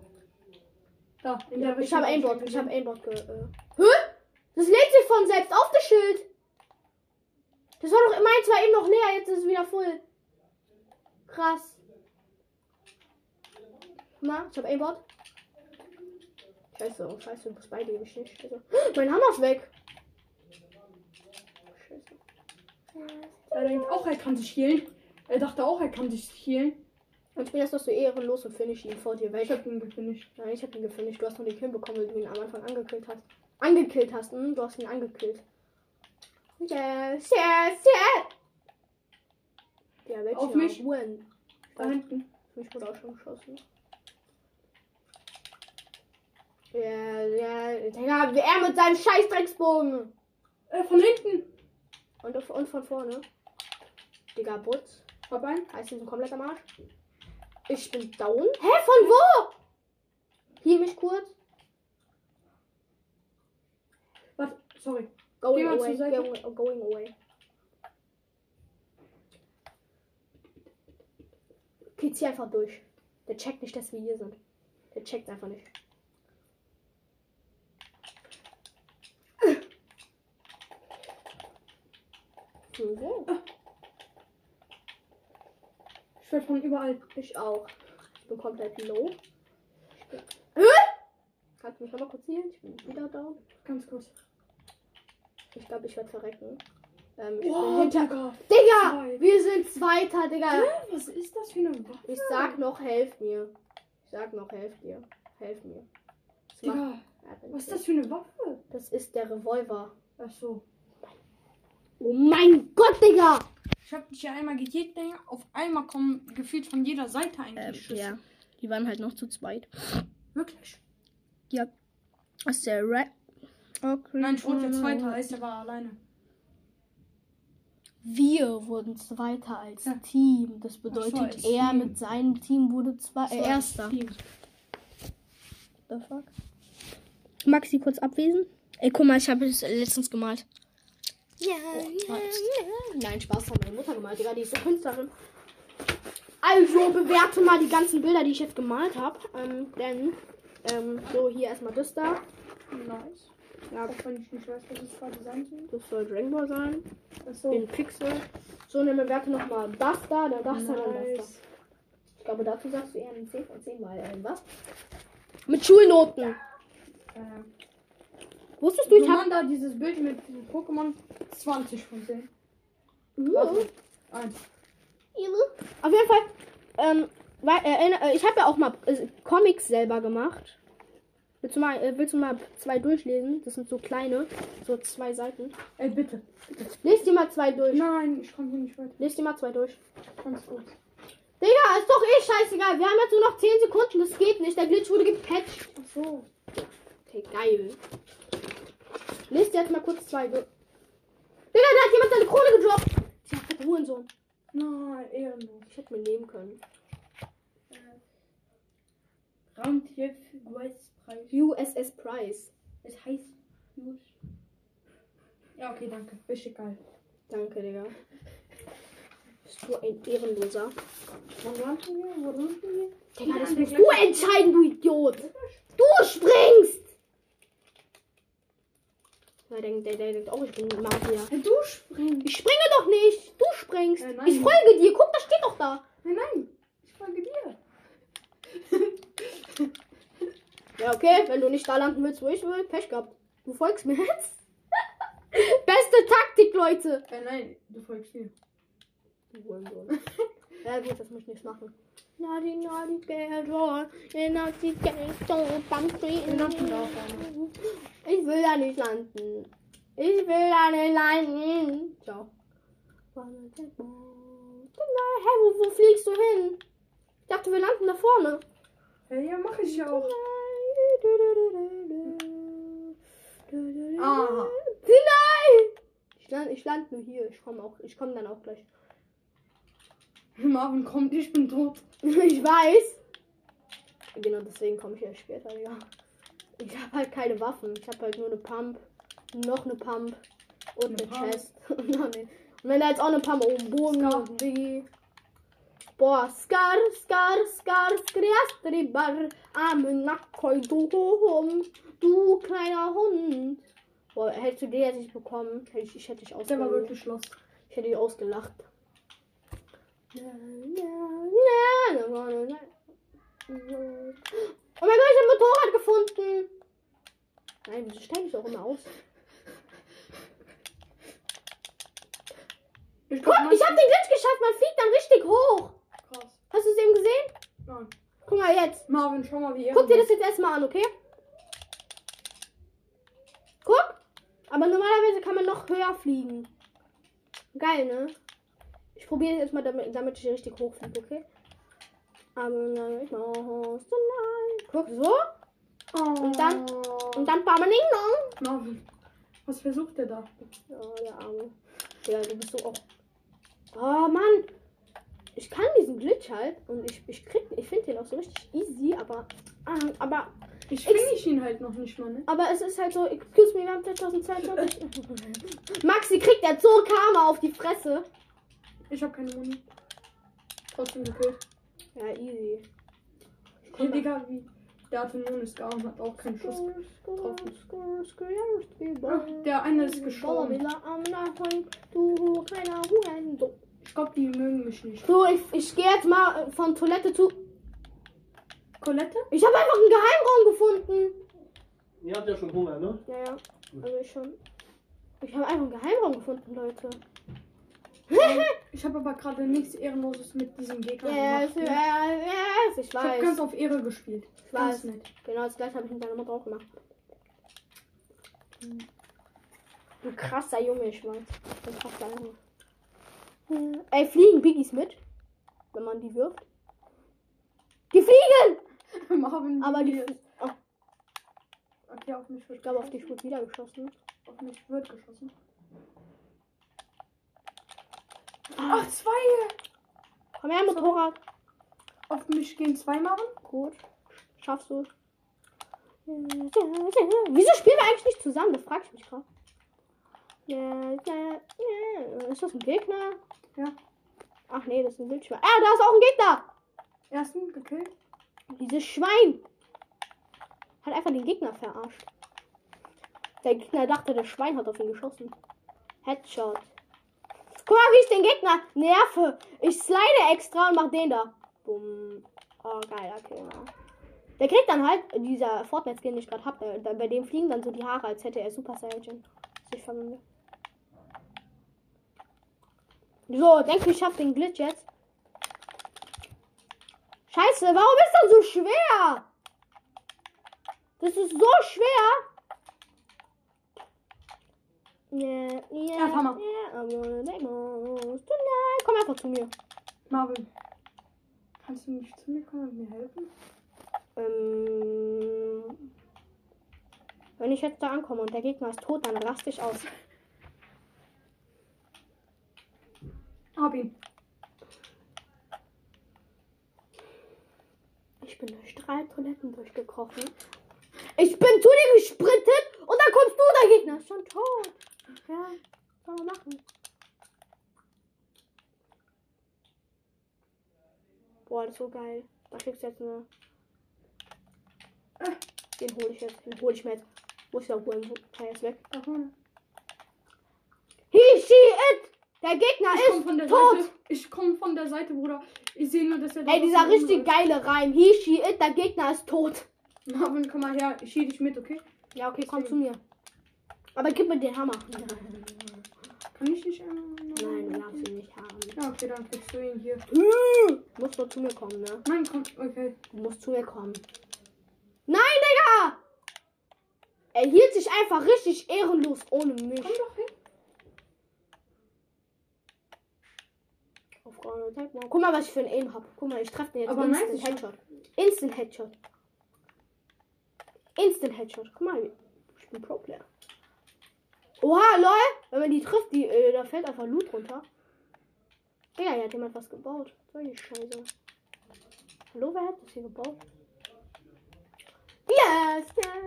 Da. in der
Ich habe
Richtung.
Aimbot, ich habe Aimbot ge. Äh. Hä? Das lädt sich von selbst auf das Schild. Das war doch immerhin zwar eben noch leer, jetzt ist es wieder voll. Krass. Na, ich habe Aimbot. Scheiße, oh scheiße, du bist beide ich nicht. Also, mein Hammer ist weg. Scheiße.
Er denkt auch, er kann sich healen. Er dachte auch, er kann sich healen.
Und ich bin jetzt noch so ehrenlos und finish ihn vor dir
Ich
weg.
hab ihn gefinisht.
Nein, ich hab ihn gefinisht. Du hast nur den Kill bekommen, weil du ihn am Anfang angekillt hast. Angekillt hast, hm? Du hast ihn angekillt. Yes, yes, yes! Ja, welche
Auf mich.
Win.
Da hinten.
Mich wurde auch schon geschossen. Ja, ja, Digga, er mit seinem Scheißdrecksbogen.
Äh, von hinten.
Und, und von vorne. Digga, Butz.
Hab einen.
Heißt, die sind komplett am Arsch. Ich bin down. Hä, von wo? Hier mich kurz.
Warte, sorry.
Going
Geh mal
away.
zur Seite.
Going, oh, going away. Okay, zieh einfach durch. Der checkt nicht, dass wir hier sind. Der checkt einfach nicht. Hm, so.
Ich werd von überall.
Ich auch. Ich bin komplett low. Ich bin- Kannst du mich nochmal kurz ziehen? Ich bin wieder down.
Ganz kurz.
Ich glaube, ich werde verrecken. Ähm, ich
Wow,
bin hinter.
Digga.
Digga!
Zwei.
Wir sind Zweiter, Digga!
Hä? Was ist das für eine Waffe?
Ich sag noch, helft mir. Ich sag noch, helft mir. Helft mir. Das macht-
Digga,
Ja, bin
was
ich
ist das für eine Waffe?
nicht. Das ist der Revolver.
Ach so.
Oh mein Gott, Digga!
Ich hab dich ja einmal gejagt, Digga. Auf einmal kommen gefühlt von jeder Seite eigentlich Schüsse.
Ähm, Die waren halt noch zu zweit.
Wirklich?
Ja. Das ist der Red.
Nein, ich wurde ja Zweiter, heißt er war alleine.
Wir wurden Zweiter als
Ja.
Team.
Ach
Das
so,
bedeutet,
als
er
Team.
mit seinem Team wurde zwei, äh, Erster.
Vier.
The fuck? Maxi kurz abwesen? Ey, guck mal, ich habe es letztens gemalt. Ja, ja, ja. Nein, Spaß, hat meine Mutter gemalt, Digga, die ist so Künstlerin. Also, bewerte mal die ganzen Bilder, die ich jetzt gemalt habe. Ähm, denn, ähm, so, hier erstmal das da.
Nice.
Ja,
Auch wenn ich nicht weiß, was es gerade sein soll.
das soll Dragon Ball sein.
Achso.
In Pixel. So, dann bewerte nochmal das da, dann das da, dann das da.
Nice.
Ich glaube, dazu sagst du eher ein 10 von 10 mal äh, irgendwas. Mit Schulnoten.
Ähm,
Wusstest du, ich habe...
Mann da dieses Bild mit diesem Pokémon 20 von 10.
Uh.
Eins.
Auf jeden Fall, ähm, weil, erinner- äh, ich habe ja auch mal äh, Comics selber gemacht. Willst du, mal, äh, willst du mal zwei durchlesen? Das sind so kleine, so zwei Seiten.
Ey, bitte.
Lest dir mal zwei durch.
Nein, ich komme hier nicht weiter.
Lest dir mal zwei durch.
Ganz kurz.
Digga, ist doch eh scheißegal. Wir haben jetzt nur noch 10 Sekunden. Das geht nicht. Der Glitch wurde gepatcht.
Achso.
Okay, geil. Lest dir jetzt mal kurz zwei durch. Digga, da hat jemand seine Krone gedroppt. Tja, fette Hurensohn.
Nein, ehrenlos.
Ich hätte mir nehmen können.
Äh, Raumschiff US-Preis.
USS Price.
Es heißt US.
Ja, okay, danke. Ist egal.
Danke, Digga. Bist du ein Ehrenloser?
Wann landen wir? Wo landen wir?
Digga, das musst
Ja, wir
du entscheiden, du Idiot! Du springst! Der denkt, der, der denkt auch, oh, ich bin ein Magier.
Ja, Du springst.
Ich springe doch nicht! Du springst!
Äh, nein.
ich folge dir! Guck, das steht doch da!
Nein, nein. Ich folge dir.
Ja, okay, wenn du nicht da landen willst, wo ich will, Pech gehabt. Du folgst mir jetzt? Beste Taktik, Leute!
Äh, nein, du folgst mir.
Du Hurensohn. ja, gut, das muss ich nicht machen. Naughty, naughty, get on. Naughty, get on. Bump free.
Wir landen da auf einmal.
Ich will da nicht landen. Ich will da nicht landen. Ciao. Hä, wo, wo fliegst du hin? Ich dachte, wir landen da vorne.
Ja, ja, mach ich auch.
Ah. Nein! Ich lande ich land nur hier. Ich komme auch. Ich komme dann auch gleich.
Marvin kommt, ich bin tot.
Ich weiß. Genau deswegen komme ich erst später, ja. Ich habe halt keine Waffen. Ich habe halt nur eine Pump, noch eine Pump und eine,
Eine Pump.
Chest. und noch eine- und wenn da jetzt auch eine Pump oben Bogen
Scar.
und Diggi. Boah, Skar, Skar, Skar, Skriastribar, Amen, Nackoi, du Hund, du kleiner Hund. Boah, hättest du den jetzt nicht bekommen, hätte ich, ich hätte dich
Der war
ausgelacht.
wirklich los.
Ich hätte dich ausgelacht. Oh mein Gott, ich habe ein Motorrad gefunden. Nein, wieso steige ich auch immer aus?
Ich
Guck, ich habe den Glitch geschafft. Man fliegt dann richtig hoch.
Krass.
Hast du es eben gesehen?
Nein.
Guck mal jetzt.
Marvin, schau mal, wie er.
Guck dir das jetzt erstmal an, okay? Guck. Aber normalerweise kann man noch höher fliegen. Geil, ne? Ich probiere jetzt mal, damit, damit ich richtig hochfliege, okay? Aber nein, ich mach's tonight. Guck, so.
Oh.
Und dann- Und dann Bamaning Long.
Marvin, was versucht er da?
Oh, der Arme. Ja, du bist so auch. Oh, Mann. Ich kann diesen Glitch halt. Und ich, ich krieg, ich finde den auch so richtig easy, aber. ah, Aber
Ich finde ich ihn halt noch nicht mal, ne?
Aber es ist halt so, excuse me, wir haben 2022. Maxi kriegt jetzt so Karma auf die Fresse.
Ich habe keine Muni. Trotzdem gekillt.
Ja, easy.
Hey, Digga, wie. Der hatte nur eine Scar und hat auch keinen Schuss.
Oh.
getroffen. Ah, der eine ist gestorben.
Du kleiner Hurensohn.
Ich glaube, die mögen mich nicht.
So, ich, ich gehe jetzt mal äh, von Toilette zu.
Colette?
Ich habe einfach einen Geheimraum gefunden.
Ihr habt ja schon Hunger, ne?
Ja, ja. Also ich schon. Ich habe einfach einen Geheimraum gefunden, Leute.
Ich habe aber gerade nichts Ehrenloses mit diesem Gegner
Yes, yes,
gemacht. Ne?
yes. Ich
Ich habe ganz
weiß.
auf Ehre gespielt.
Ich
Ganz
weiß.
nett.
Genau das gleiche habe ich mit deiner Mutter auch gemacht. Ein krasser Junge, ich weiß. Ein krasser Junge. Äh, Ey, fliegen Biggies mit? Wenn man die wirft. Die fliegen!
Marvin,
Aber die.
wie-
Oh,
Okay, auf mich wird
ich glaube, auf dich wurde wieder geschossen.
Auf mich wird geschossen.
Ah.
Ach, zwei!
Komm her, Motorrad.
Auf mich gehen zwei Marvin.
Gut. Schaffst du. Wieso spielen wir eigentlich nicht zusammen? Das frage ich mich gerade. Ist das ein Gegner?
Ja.
Ach nee, das ist ein Wildschwein. Ah, da ist auch ein Gegner!
Ersten gekillt.
Dieses Schwein hat einfach den Gegner verarscht. Der Gegner dachte, das Schwein hat auf ihn geschossen. Headshot. Guck mal, wie ich den Gegner nerve. Ich slide extra und mach den da. Bumm. Oh, geil, okay. Ja. Der kriegt dann halt, dieser Fortnite-Skin, den ich gerade hab, der- der- bei dem fliegen dann so die Haare, als hätte er Super Saiyan. Ich verwende. So, denke ich schaff den Glitch jetzt. Scheiße, warum ist das so schwer? Das ist so schwer. Yeah, yeah,
Ja, komm mal.
yeah, I wanna make moves tonight. Komm einfach zu mir.
Marvin, kannst du nicht zu mir kommen und mir helfen?
Ähm, wenn ich jetzt da ankomme und der Gegner ist tot, dann raste ich aus.
Hab ihn.
Ich bin durch drei Toiletten durchgekrochen. Ich bin zu dir gesprintet und dann kommst du, der Gegner ist schon tot. Ja, kann man machen. Boah, das ist so geil. Da kriegst du jetzt eine. Ah, Den hole ich jetzt. Den hole ich mir jetzt. Wo ist der holen? Kann jetzt weg.
Da vorne.
He, she, it! Der Gegner
Ich komm
ist
von der
tot!
Seite. Ich komme von der Seite, Bruder. Ich sehe nur, dass er da
Ey, dieser
unten
richtig
ist.
geile Reim. He, she, it, der Gegner ist tot.
Marvin, komm mal her. Ich schieße dich mit, okay?
Ja, okay, komm zu mir. Aber gib mir den Hammer.
Kann ich dich. Äh,
Nein, du darfst ihn nicht haben.
Ja, okay, dann kriegst du ihn hier.
Du musst nur zu mir kommen, ne?
Nein, komm, okay.
Du musst zu mir kommen. Nein, Digga! Er hielt sich einfach richtig ehrenlos ohne mich.
Komm doch hin.
Auf Ground und Attack. Guck mal, was ich für ein Aim hab. Guck mal, ich treffe den jetzt.
Aber
Instant
nice
Headshot. Instant Headshot. Instant Headshot. Guck mal, ich bin Pro Player. Oha, lol. Wenn man die trifft, die, äh, da fällt einfach Loot runter. Digga, hier hat jemand was gebaut. Soll die Scheiße. Hallo, wer hat das hier gebaut? Yes! yes, yes.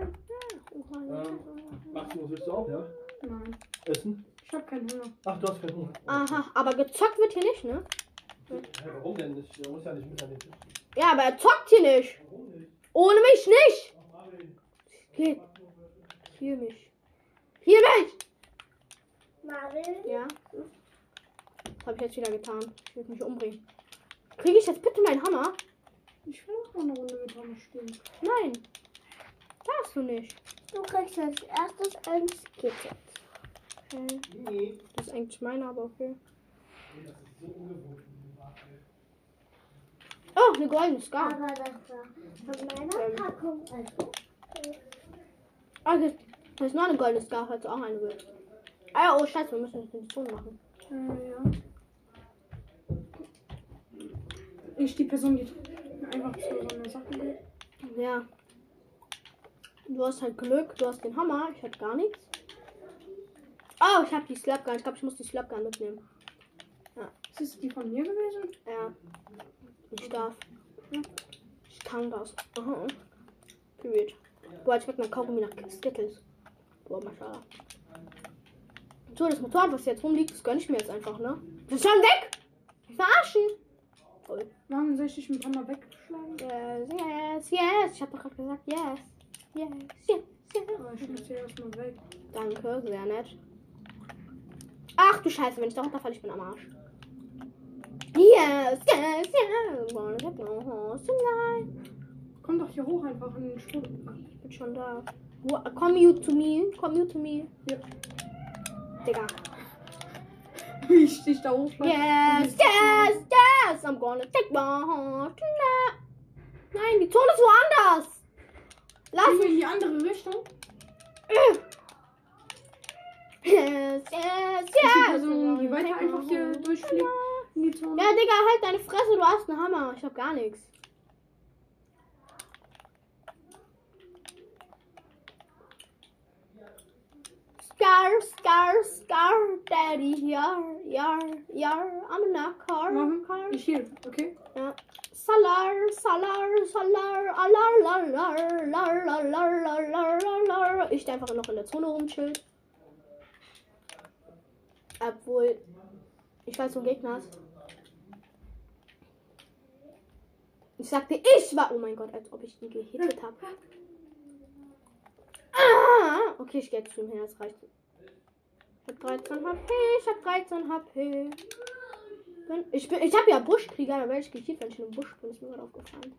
Oha,
Ähm, Maximo, willst du auch, ja?
Nein,
Essen?
ich hab keinen Hunger.
Ach, du hast keinen Hunger.
Aha, aber gezockt wird hier nicht, ne?
Hä, warum denn nicht? Du musst ja nicht mit an den Tisch.
Ja, aber er zockt hier nicht.
Warum nicht?
Ohne mich nicht.
Ach, Marvin.
Geh. Hier mich. Hier mich!
Marvin?
Ja. Das habe ich jetzt wieder getan. Ich will mich umbringen. Kriege ich jetzt bitte meinen Hammer?
Ich will auch noch eine Runde mit Thomas spielen.
Nein. Darfst du nicht.
Du kriegst als erstes ein Skitzel.
Okay.
Nee.
Das ist eigentlich meiner, aber okay.
Nee, das ist so ungewohnt.
Oh, eine goldene Scar.
das war von meiner Packung. Also.
Ah, das das ist noch eine goldene Scar, falls du auch eine willst. Ah ja, oh scheiße, wir müssen jetzt den Ton machen.
Äh, ja. Ich die Person, die einfach so eine Sache will.
Ja. Du hast halt Glück, du hast den Hammer, ich hatte gar nichts. Oh, ich habe die Slapgun. Ich glaube, ich muss die Slapgun mitnehmen.
Ist es die von mir gewesen?
Ja. Ich darf. Ich kann das. Aha. Period. Boah, ich werd mein Kaugummi nach Skittles. Boah, Maschallah. So, das Motorrad, was jetzt rumliegt, das gönn ich mir jetzt einfach, ne? Das ist schon weg! Verarschen!
Warum soll ich dich mit einmal wegschlagen?
Yes, yes, yes. Ich hab doch gerade gesagt, yes. Yes, yes, yes.
Aber ich muss hier erstmal weg.
Danke, sehr nett. Ach du Scheiße, wenn ich da runterfalle, ich bin am Arsch. Yes, yes, yes. Wanna get no horse tonight.
Komm doch hier hoch einfach in den Stuhl.
Ich bin schon da. Wo- Come you to me, come you to me.
Ja.
Digga.
Wie ich dich da hochschlage.
Yes, yes, yes. I'm gonna take my horse tonight. Nein, die Zone ist woanders. Lass
Gehen wir in die andere Richtung.
Yes, yes,
Ist die
yes.
Person, die weiter einfach hier durchfliegt. In die Zone.
Ja, Digga, halt deine Fresse, du hast einen Hammer. Ich hab gar nichts. Scar, Scar, Scar, Daddy, yar, yar, yar, I'm in a car,
Marvin,
car.
ich hier, okay?
Salar, Salar, Salar, Alar, lar, lar, lar, lar, lar, lar, lar, lar, lar. Ich steh einfach noch in der Zone rumchill. Obwohl, ich weiß, wo ein Gegner ist. Ich sagte, ich war. Oh mein Gott, als ob ich ihn gehittet habe. Ah, okay, ich gehe jetzt zu ihm hin, das reicht. Ich hab 13 HP, ich hab 13 HP. Bin, ich bin, ich hab ja Buschkrieger, da werde ich gehittet, wenn ich in einem Busch bin, ist mir gerade aufgefallen.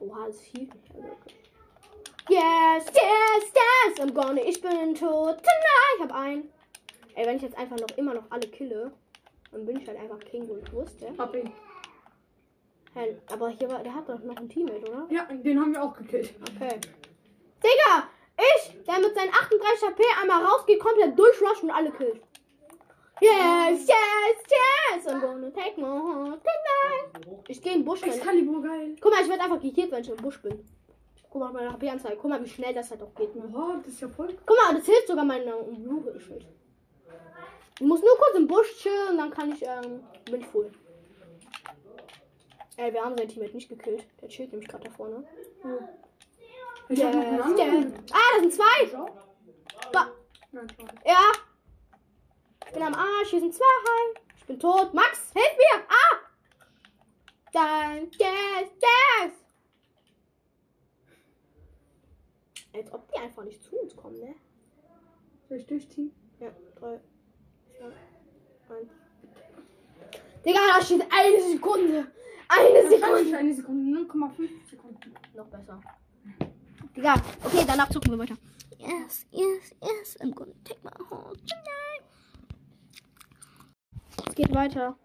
Oha, das hielt mich ja wirklich. also, Yes, yes, yes, I'm gone, ich bin tot. Tonight, ich hab einen. Ey, wenn ich jetzt einfach noch immer noch alle kille, dann bin ich halt einfach King und Wurste.
Hab ihn.
Hey, aber hier war, der hat doch noch ein Teammate, oder?
Ja, den haben wir auch gekillt.
Okay. Digga, ich, der mit seinen 38 HP einmal rausgeht, komplett durchrusht und alle killt. Yes, yes, yes, I'm gonna take my heart tonight. Ich gehe in den Busch. rein.
Excalibur, geil.
Guck mal, ich werde einfach gekillt, wenn ich im Busch bin. Guck mal, meine HP-Anzeige. Guck mal, wie schnell das halt auch geht. Ne?
Boah, das ist ja voll.
Guck mal, das hilft sogar meinem Blue-Schild. Ich muss nur kurz im Busch chillen und dann kann ich, ähm, bin ich voll. Ey, wir haben sein Teammate nicht gekillt. Der chillt nämlich gerade da vorne.
Ich hab noch einen
Yes,
anderen.
yes. Ah, das sind zwei.
Schau.
Ba-
Nein, schau.
Ja. Ich bin am Arsch. Hier sind zwei. Ich bin tot. Max, hilf mir. Ah. dann das, das. Als ob die einfach nicht zu uns kommen, ne?
Soll ich durchziehen?
Ja, drei, zwei, eins. Digga, da steht eine Sekunde. Eine Sekunde.
Eine Sekunde, 0,5 Sekunden.
Noch besser. Digga, okay, danach zucken wir weiter. Yes, yes, yes. I'm gonna take my whole tonight. Es geht weiter.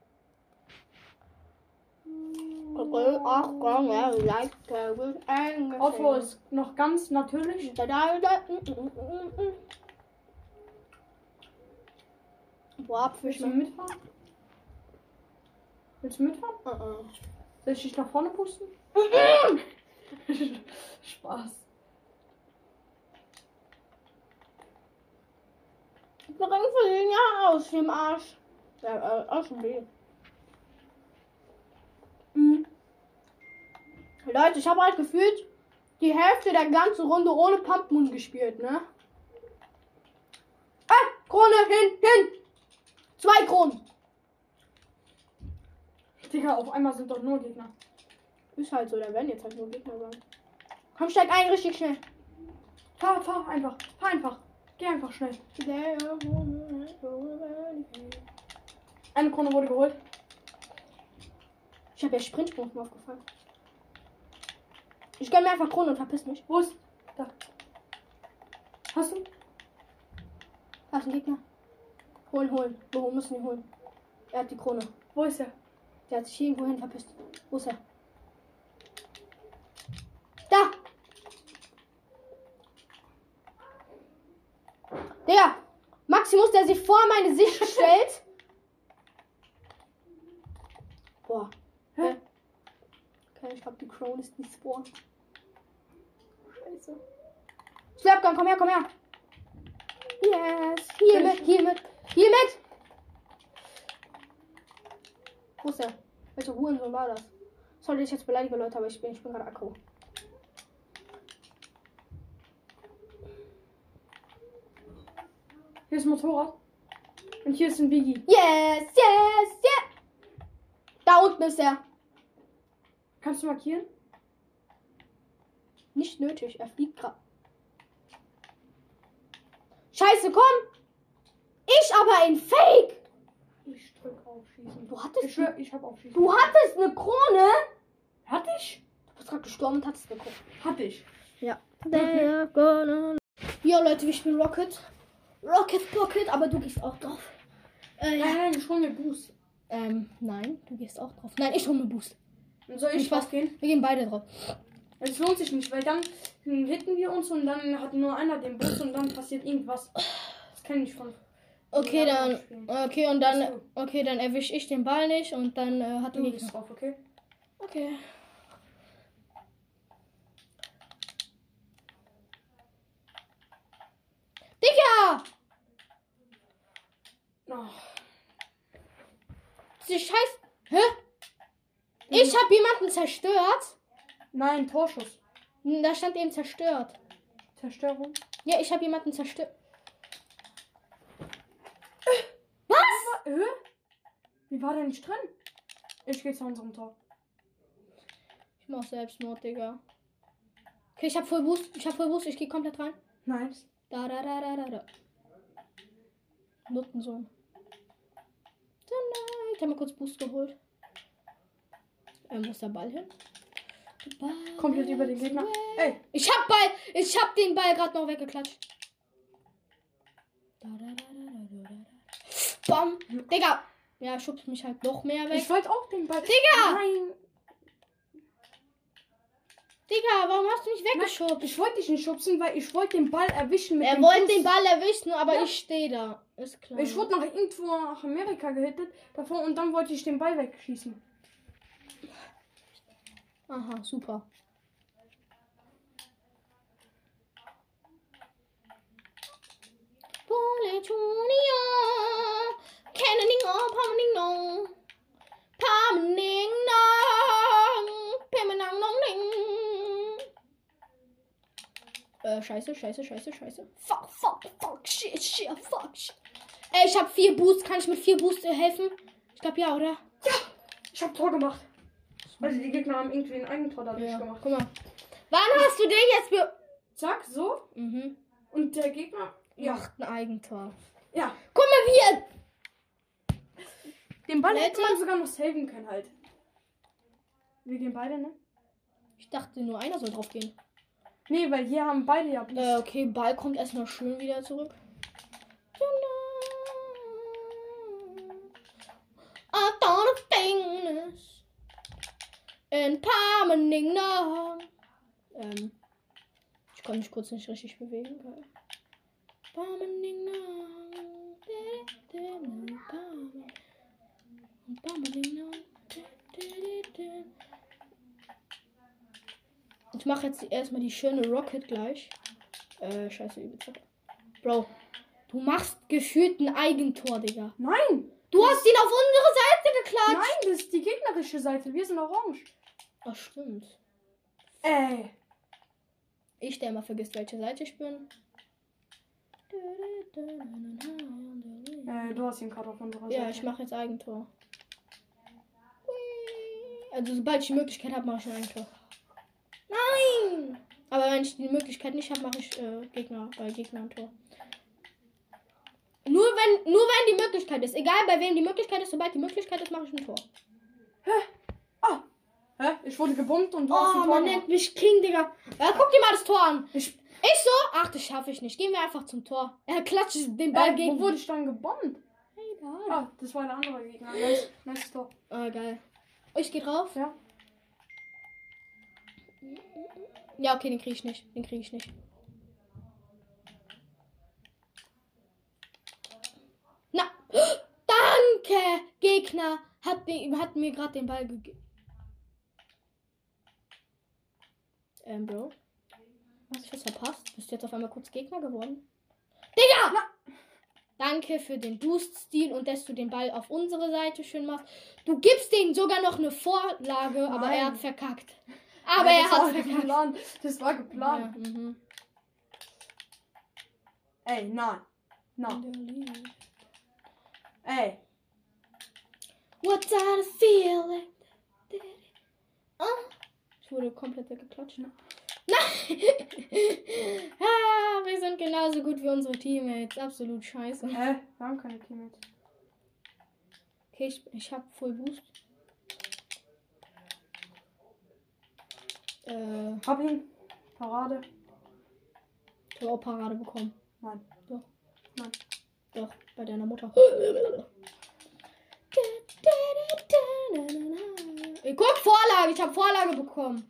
Otto ist noch ganz natürlich.
Boah,
Willst
Abfisch
du
mit.
mitfahren? Willst du mitfahren?
Uh-uh.
Soll ich dich nach vorne pusten? Spaß.
Bring für den ja aus dem Arsch. Ja, äh, aus dem Leben.
Mhm.
Leute, ich habe halt gefühlt die Hälfte der ganzen Runde ohne Pumpmoon gespielt, ne? Ah, Krone, hin, hin! Zwei Kronen!
Digga, auf einmal sind doch nur Gegner.
Ist halt so, da werden jetzt halt nur Gegner sein. Komm, steig ein, richtig schnell.
Fahr, fahr einfach. Fahr einfach. Geh einfach schnell. Eine Krone wurde geholt.
Ich habe ja Sprintpunkt mal aufgefallen. Ich gönn mir einfach Krone und verpiss mich.
Wo ist? Da. Hast du?
Da ist ein Gegner. Holen, holen. Wo müssen wir holen? Er hat die Krone.
Wo ist er?
Der hat sich irgendwo hin verpisst. Wo ist er? Da! Digga! Maximus, der sich vor meine Sicht stellt. Boah.
Hä?
Okay, ich glaube, die Crown ist nicht vor. Scheiße. Slapgun, komm her, komm her. Yes. Hier mit, hier mit, hier mit. Wo ist er? Welche Hurensohn war das? Sollte ich jetzt beleidigen, Leute, aber ich bin, ich bin gerade aggro.
Hier ist ein Motorrad. Und hier ist ein Biggie.
Yes, yes, yes. Da unten ist er.
Kannst du markieren?
Nicht nötig, er fliegt gerade. Scheiße, komm. Ich aber in Fake.
Ich drück auf Schießen.
Du
Ich
hattest,
schwör, ich hab auf Schießen.
du hattest eine Krone.
Hatte ich?
Du bist gerade gestorben und hattest eine Krone.
Hatte ich.
Ja. Ja, Leute, wir spielen Rocket. Rocket Pocket, aber du gehst auch drauf. Äh, ja.
Nein, ich hol mir Boost.
Ähm, nein, du gehst auch drauf. Nein, ich hol mir Boost.
Und soll
Viel
ich
Spaß.
Spaß gehen?
Wir gehen beide drauf.
Es lohnt sich nicht, weil dann hm, hitten wir uns und dann hat nur einer den Boost und dann passiert irgendwas. Das kenne ich von.
Okay,
Ja,
dann.
spielen.
Okay, und
Ach
dann.
so.
Okay, dann erwische ich den Ball nicht und dann äh, hat der
Du
Gegner.
bist drauf, okay?
Okay. Digga!
Ach,
Die Scheiß. Hä?
Mhm.
Ich hab jemanden zerstört.
nein, Torschuss.
Hm, Da stand eben zerstört.
Zerstörung.
Ja, ich hab jemanden zerstört. Was?
Ah, Äh? Wie war der nicht drin? Ich gehe zu unserem Tor.
Ich mach Selbstmord, Digga. Okay, ich hab voll Boost. Ich hab voll Boost. Ich geh komplett rein.
Nein.
Da, da, da, da, da, da. Nuttensohn. Tonight. Ich habe mir kurz Boost geholt. Ähm, wo ist der Ball hin? Der Ball
Komplett über den
ist
Gegner.
weg.
Ey,
Ich hab Ball. Ich hab den Ball gerade noch weggeklatscht. Da, da, da, da, da, da, da. Bam. Digga. Ja, schubst mich halt noch mehr weg.
ich wollte auch den Ball.
Digga!
Nein,
Digga, warum hast du mich weggeschubst?
ich wollte dich nicht schubsen, weil ich wollte den Ball erwischen mit
Er
dem
wollte
Fuß.
den Ball erwischen, aber
Ja.
ich stehe da. Ist klar.
Ich wurde nach irgendwo nach Amerika gehittet davor und dann wollte ich den Ball wegschießen.
Aha, super. Bullet Junior, Cannoning on, Pounding on, Pounding on, Pimmenang long ding. Äh, scheiße, scheiße, scheiße, scheiße. Fuck, fuck, fuck, shit, shit, fuck, shit. Ey, ich hab vier Boosts. Kann ich mit vier Boosts äh, helfen? Ich glaub ja, oder?
Ich hab Tor gemacht. Also die Gegner haben irgendwie ein Eigentor dadurch
Ja,
gemacht.
guck mal. Wann hast du den jetzt be...
Zack, so.
Mhm.
Und der Gegner. Ja.
Macht ein Eigentor.
Ja.
Guck mal, wie er...
Den Ball hätte
Hätte-
man sogar noch saven können halt. Wir gehen beide, ne?
Ich dachte, nur einer soll drauf gehen.
Nee, weil hier haben beide ja
Äh,
Plus.
okay, Ball kommt erstmal schön wieder zurück. I thought of things in permanent now. Ähm, ich kann mich kurz nicht richtig bewegen. weil- Permanent now. Permanent now. Permanent now. Ich mache jetzt erstmal die schöne Rocket gleich. Äh, scheiße, übelst. Bro, du machst gefühlt ein Eigentor, Digga.
Nein!
Du hast ihn auf unsere Seite
Nein,
geklatscht.
das ist die gegnerische Seite. Wir sind orange. Äh,
Ach, stimmt.
Ey.
Ich, der immer vergisst, welche Seite ich bin.
Äh, du hast ihn gerade auf unserer Seite.
Ja, ich mache jetzt Eigentor. Also, sobald ich die Möglichkeit habe, mache ich ein Eigentor. Nein! Aber wenn ich die Möglichkeit nicht habe, mache ich äh, Gegner bei Gegner ein Tor. Nur wenn, nur wenn die Möglichkeit ist. Egal bei wem die Möglichkeit ist, sobald die Möglichkeit ist, mache ich ein Tor.
Ah! Hä? Ich wurde gebombt und du hast ein
Oh,
Tor
man
gemacht.
nennt mich King, Digga. Ja, guck dir mal das Tor an.
Ich,
Ich so? Ach, das schaffe ich nicht. Gehen wir einfach zum Tor. Er klatscht den Ball
äh,
gegen.
wo wurde ich dann gebombt? Ah, das war der andere Gegner. Nice, nice Tor.
Ah, geil. Ich gehe drauf.
Ja.
Ja, okay, den kriege ich nicht. Den kriege ich nicht. Na, danke, Gegner. Hat, den, hat mir gerade den Ball gegeben. Ähm, Bro. Hast du was verpasst? Bist du jetzt auf einmal kurz Gegner geworden? Digga! Danke für den Boost-Stil und dass du den Ball auf unsere Seite schön machst. Du gibst denen sogar noch eine Vorlage, aber
Nein.
er hat verkackt. Aber
Ja,
er
das
hat
war
verkackt.
geplant. Das war
Ja,
geplant.
mhm.
Ey, nein. Nein. Ey.
What's that feeling? Ah. Ich wurde komplett weggeklatscht. Ne? Nein! ah, wir sind genauso gut wie unsere Teammates. Absolut scheiße.
Hä? Wir haben keine Teammates.
Okay, ich, ich hab Full Boost. Äh,
Hab ihn. Parade.
Torparade bekommen.
Nein.
Doch.
Nein.
Doch, bei deiner Mutter. Ey, Guck, Vorlage. Ich habe Vorlage bekommen.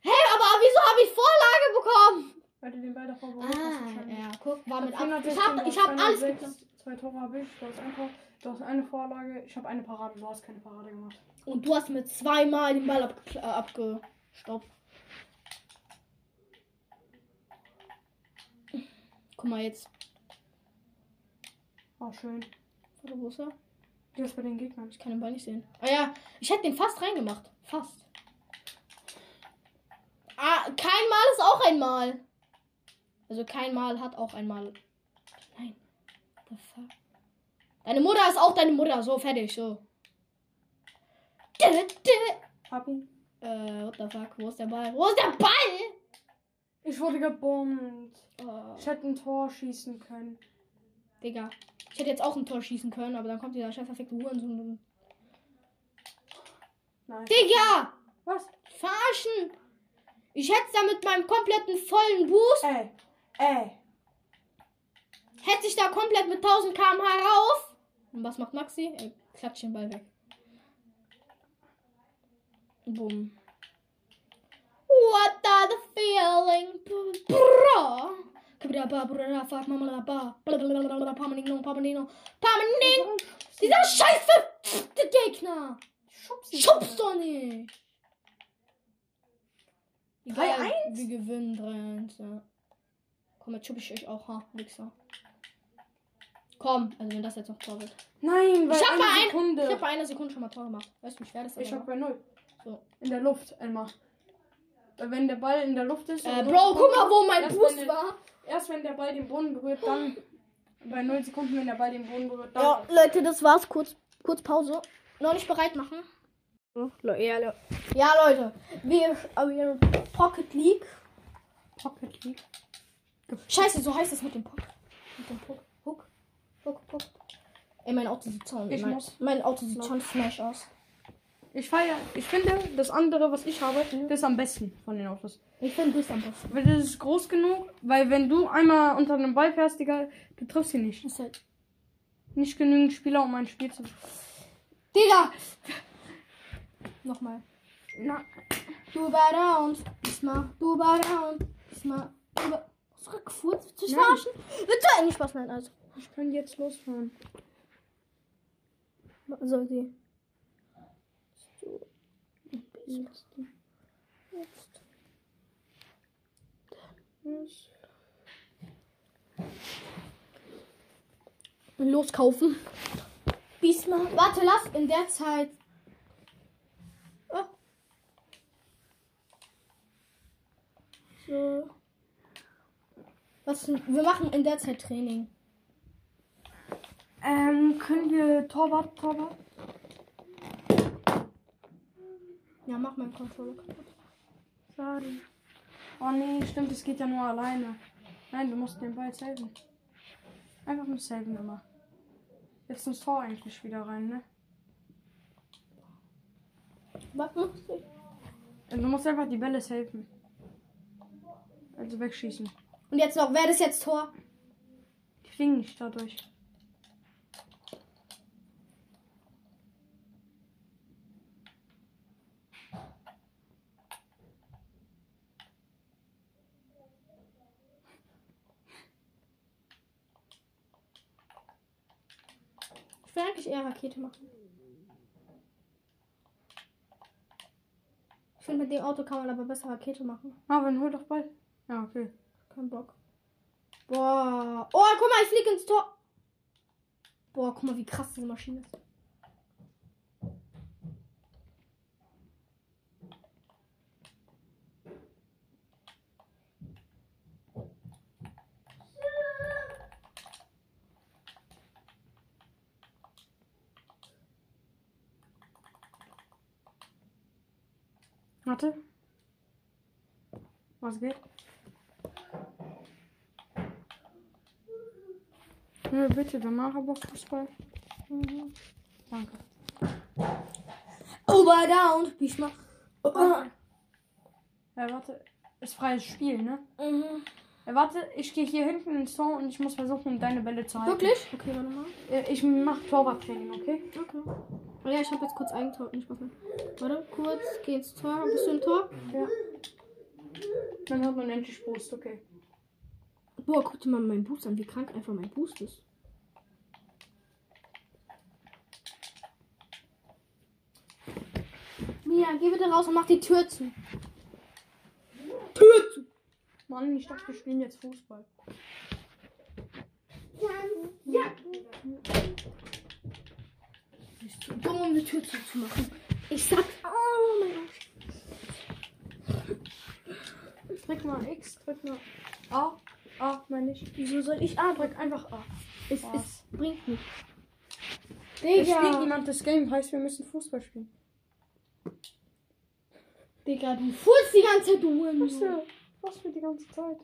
Hey, aber wieso habe ich Vorlage bekommen?
Weil du den Ball davor berührt hast.
Ah,
wahrscheinlich.
ja, guck, war mit
Ich hab
ab.
416,
Ich habe ich
du
hab
hast
alles
206,
geklappt.
Zwei Tore habe ich, du hast ein Tor, du hast eine Vorlage, ich habe eine Parade, du hast keine Parade gemacht.
Und du hast mir zweimal den Ball abgekla- äh, abgestoppt. Guck mal jetzt.
Oh, schön.
Warte, wo ist er?
Du hast bei den Gegnern.
Ich kann den Ball nicht sehen. Ah ja, ich hätte den fast reingemacht. Fast. Ah, kein Mal ist auch ein Mal. Also kein Mal hat auch ein Mal. Nein. What The fuck? Deine Mutter ist auch deine Mutter. So, fertig, so.
Hab ihn.
Äh, what the fuck? Wo ist der Ball? Wo ist der Ball?
Ich wurde gebombt.
Oh,
Ich hätte ein Tor schießen können.
Digga. Ich hätte jetzt auch ein Tor schießen können, aber dann kommt dieser scheiß verfickte Hurensohn.
Nein.
Digga!
Was?
Verarschen! Ich hätte da mit meinem kompletten vollen Boost
Ey. Ey.
Hätte ich da komplett mit 1000 km/h rauf. Und was macht Maxi? Er klatscht den Ball weg. Bumm. What are the feeling? Bro. Kabidababra, fuck mama la ba. Blablabla, Pamanino, Pamanino, Pamanino. Dieser scheiß verfickte Gegner.
Schubs ihn.
Schubst doch nicht. Egal,
3-1?
Wir gewinnen 3-1, ja. Komm, jetzt schub ich euch auch, ha, Wichser. Komm, also wenn das jetzt noch Tor wird.
Nein, weil
Ich hab
eine
bei ein-
Sekunde.
Ich habe bei einer Sekunde schon mal Tor gemacht. Weißt du, wie schwer das
Ich hab
war?
bei null.
So.
In der Luft einmal. Weil wenn der Ball in der Luft ist.
Äh,
und-
Bro, guck mal, wo mein
Erst
Fuß
meine-
war.
Erst wenn der Ball den Boden berührt, dann. Bei null Sekunden, wenn der Ball den Boden berührt, dann.
Leute, das war's. Kurz, kurz Pause. Noch nicht bereit machen. Le- Ja, Le- ja, Leute, wir spielen Pocket League.
Pocket League.
Scheiße, so heißt das mit dem Puck. Mit dem Puck. Puck. Puck, Puck. Ey, mein Auto sieht schon.
Ich
Mein,
muss-
mein Auto sieht schon smash aus.
Ich feier, ich finde, das andere, was ich habe, das ist am besten von den Autos.
Ich finde das am besten.
Weil das ist groß genug, weil wenn du einmal unter einem Ball fährst, Digga, du triffst ihn nicht.
Ist halt-
Nicht genügend Spieler, um ein Spiel zu.
Digga! Nochmal.
Na,
Duba round, diesmal Duba round, diesmal Duba. Zurückgefurzt, willst du dich
Nein.
verarschen? Willst du eigentlich Spaß nein, also.
ich kann jetzt losfahren.
So, die. Loskaufen. Diesmal. Warte, lass in der Zeit. Oh. So. Was, denn? wir machen in der Zeit Training.
Ähm, können wir Torwart, Torwart?
Ja, mach meinen Controller kaputt.
Schade. Oh nee, stimmt, es geht ja nur alleine. Nein, du musst den Ball saven. Einfach nur saven immer. Jetzt ins Tor eigentlich wieder rein, ne?
Was machst du?
Also, Du musst einfach die Bälle saven. Also wegschießen.
Und jetzt noch, wer ist jetzt Tor?
Die fliegen nicht dadurch.
Ich will eigentlich eher Rakete machen. Ich finde, mit dem Auto kann man aber besser Rakete machen.
Marvin, hol doch Ball. Ja, okay.
Kein Bock. Boah. Oh, guck mal, ich flieg ins Tor. Boah, guck mal, wie krass diese Maschine ist.
Warte. Was geht? Nö, bitte, danach aber Fußball. Mhm. Danke.
Over down. Wie ich mach. Ah,
Ja, Äh, warte. Ist freies Spiel, ne?
Mhm.
Ja, warte, ich gehe hier hinten ins Tor und ich muss versuchen, deine Bälle zu halten.
Wirklich? Okay, warte mal.
Ja, Ich mach Torwarttraining, okay?
Okay. Oh ja, ich habe jetzt kurz Eigentor. Nicht Spaß mehr. Warte, kurz. Geh ins Tor. Bist du im Tor?
Dann hat man endlich Brust, okay.
Boah, guck dir mal meinen Boost an, wie krank einfach mein Boost ist. Mia, geh bitte raus und mach die Tür zu. Tür zu!
Mann, ich dachte, wir spielen jetzt Fußball.
Bist du dumm, um die Tür zuzumachen? Ich sag, oh mein Gott.
Drück mal X, drück mal A. A, meine ich.
Wieso soll ich arbeiten?
Drück einfach A.
Es,
Was?
es bringt nichts.
Es spielt
Digga,
niemand das Game, heißt, wir müssen Fußball spielen.
Digga, du furzt die ganze Zeit, du Hurensohn.
Weißt was für die ganze Zeit?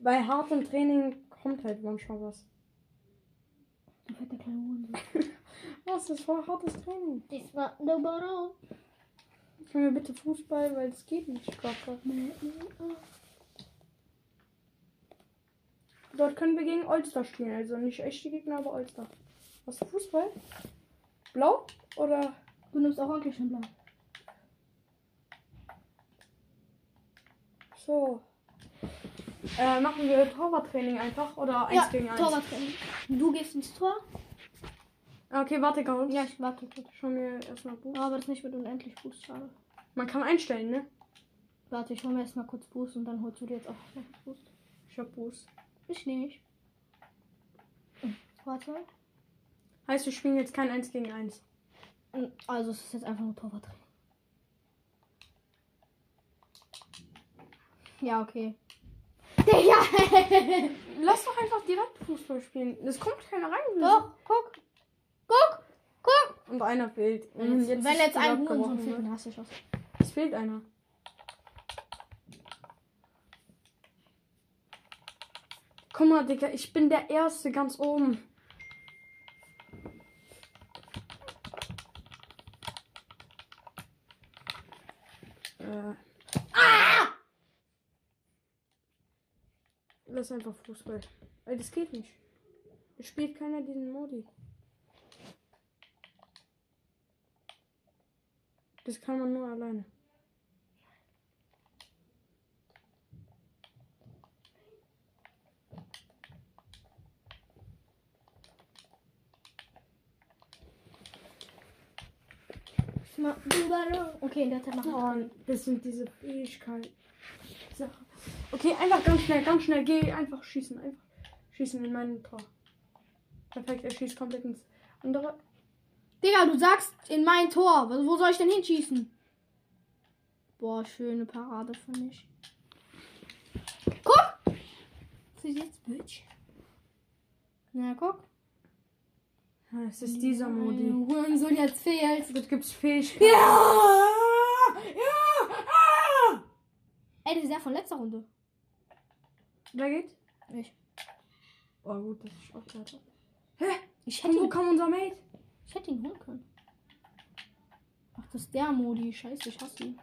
Bei hartem Training kommt halt manchmal was.
Du fetter kleine Hurensohn.
Was, das war hartes Training.
Das war der Baron.
Können wir bitte Fußball, weil es geht nicht gerade. Dort können wir gegen Ulster spielen, also nicht echte Gegner, aber Ulster. Was für Fußball? Blau oder
Du nimmst auch eigentlich schon blau.
so? Äh, machen wir Torwarttraining einfach oder eins gegen eins?
Torwarttraining. Du gehst ins Tor.
Ah, Okay, warte, Gaul.
Ja, ich warte kurz.
Schau mir erstmal Buch.
Aber das nicht mit unendlich Fuß, schade.
Man kann einstellen, ne?
Warte, ich hole mir erstmal kurz Fuß und dann holst du dir jetzt auch noch Fuß.
Ich hab Buß.
Ich nicht. Warte.
Heißt, wir spielen jetzt kein eins gegen eins.
Also es ist jetzt einfach nur Torwarttraining. Ja, okay. Digga!
Lass doch einfach direkt Fußball spielen. Es kommt keiner rein.
Doch, guck. Guck. Guck.
Und einer fehlt.
Wenn
Und
jetzt, wenn
ist
jetzt
die
ein
abgebrochen ne?
Hurensohn fehlt,
wird.
dann hast du Chance.
Es fehlt einer. Guck mal, Digga, ich bin der Erste ganz oben. Äh. Ah! Lass einfach Fußball. Ey, das geht nicht. Es spielt keiner diesen Modi. Das kann man nur alleine.
Mal überall- Okay, in der Zeit machen wir.
Und das sind diese Fähigkeiten. Sache. Okay, einfach ganz schnell, ganz schnell. Geh einfach schießen. Einfach schießen in meinen Tor. Perfekt, er schießt komplett ins andere.
Digga, du sagst in mein Tor. Wo wo soll ich denn hinschießen? Boah, schöne Parade für mich. Guck! Was ist jetzt, Bitch? Na, guck.
Ja, es ist dieser Modi.
Mein Hurensohn jetzt fehlt.
Jetzt gibt's Fähigkeiten.
Ja!
Ja! Ah!
Ey, das ist ja von letzter Runde.
Wer geht?
Ich.
Oh gut, das ist auch weiter.
Ich hätte
Und wo
ihn,
kam unser Mate?
ich hätte ihn holen können. Ach, das ist der Modi. Scheiße, ich hasse ihn.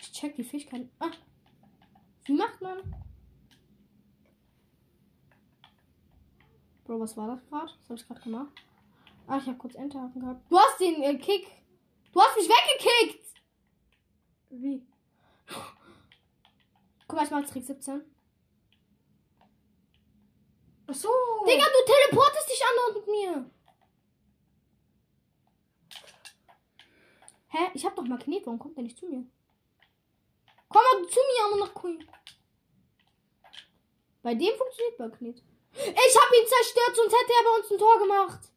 Ich check die Fähigkeiten. Ah! Wie macht man? Bro, was war das gerade? Was habe ich gerade gemacht? Ah, ich habe kurz Enterhaken gehabt. Du hast den äh, Kick. Du hast mich weggekickt.
Wie?
Guck mal, ich mach Trick 17.
Ach so.
Digga, du teleportest dich andauernd mit mir. Hä? Ich hab doch mal Knet, warum kommt der nicht zu mir? Komm mal zu mir, aber noch Queen. Bei dem funktioniert bei Knet. Ich hab ihn zerstört, sonst hätte er bei uns ein Tor gemacht.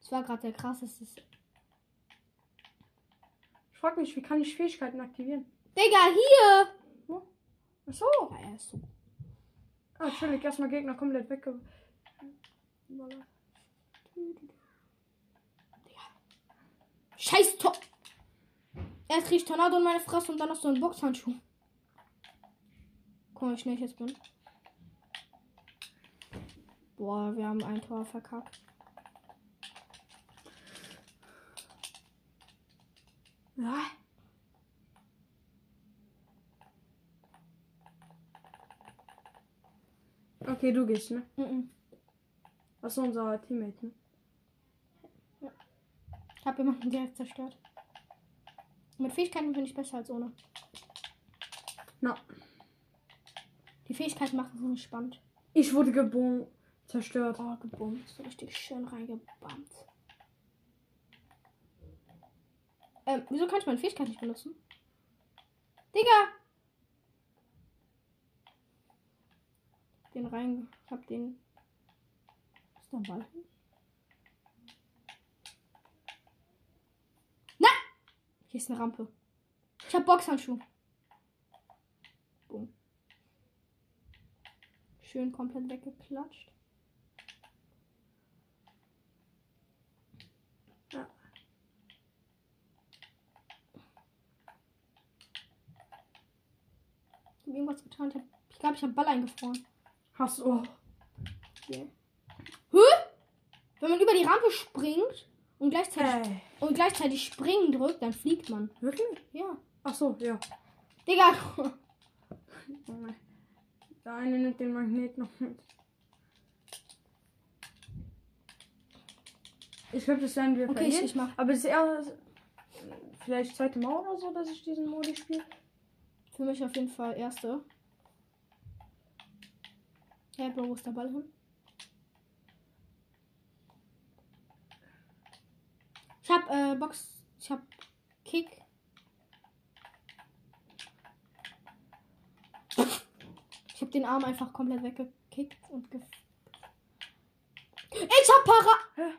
Das war gerade der krasseste.
Ich frag mich, wie kann ich Fähigkeiten aktivieren?
Digga, hier!
Ach so.
Ja, er ist so.
Ah, Entschuldigung, erstmal Gegner komplett wegge...
Scheiß Tor. Erst krieg ich Tornado in meine Fresse und dann noch so einen Boxhandschuh. Guck mal, wie schnell ich jetzt bin. Boah, wir haben ein Tor verkackt.
Ja. Okay, du gehst, ne?
Mhm.
Was ist unser Teammate, ne?
Ich hab jemanden direkt zerstört. Mit Fähigkeiten bin ich besser als ohne.
Na,
Die Fähigkeiten machen es nicht spannend.
ich wurde geboren, zerstört.
Oh, gebummt. So richtig schön reingebammt. Ähm, wieso kann ich meine Fähigkeit nicht benutzen? Digga! Den rein. Hab den. Ist da ein Ball? Na! Hier ist eine Rampe. Ich hab Boxhandschuh. Boom. Schön komplett weggeklatscht. Ich hab irgendwas getan. Ich, hab, ich glaube, ich habe Ball eingefroren.
Hast du. Oh.
Hä? Wenn man über die Rampe springt und gleichzeitig,
Ey.
und gleichzeitig springen drückt, dann fliegt man.
Wirklich?
Ja.
Ach so, ja.
Digga.
Junge. Der eine nimmt den Magnet noch mit. Ich glaube, das werden wir
Okay, ich-
verlieren.
ich mach.
Aber das ist eher vielleicht zweite Mal oder so, dass ich diesen Modi spiele.
Für mich auf jeden Fall erste. Hey, Bro, wo ist der Ball hin? Ich hab äh, Box. Ich hab Kick. Ich hab den Arm einfach komplett weggekickt und ge. Ich hab Parade.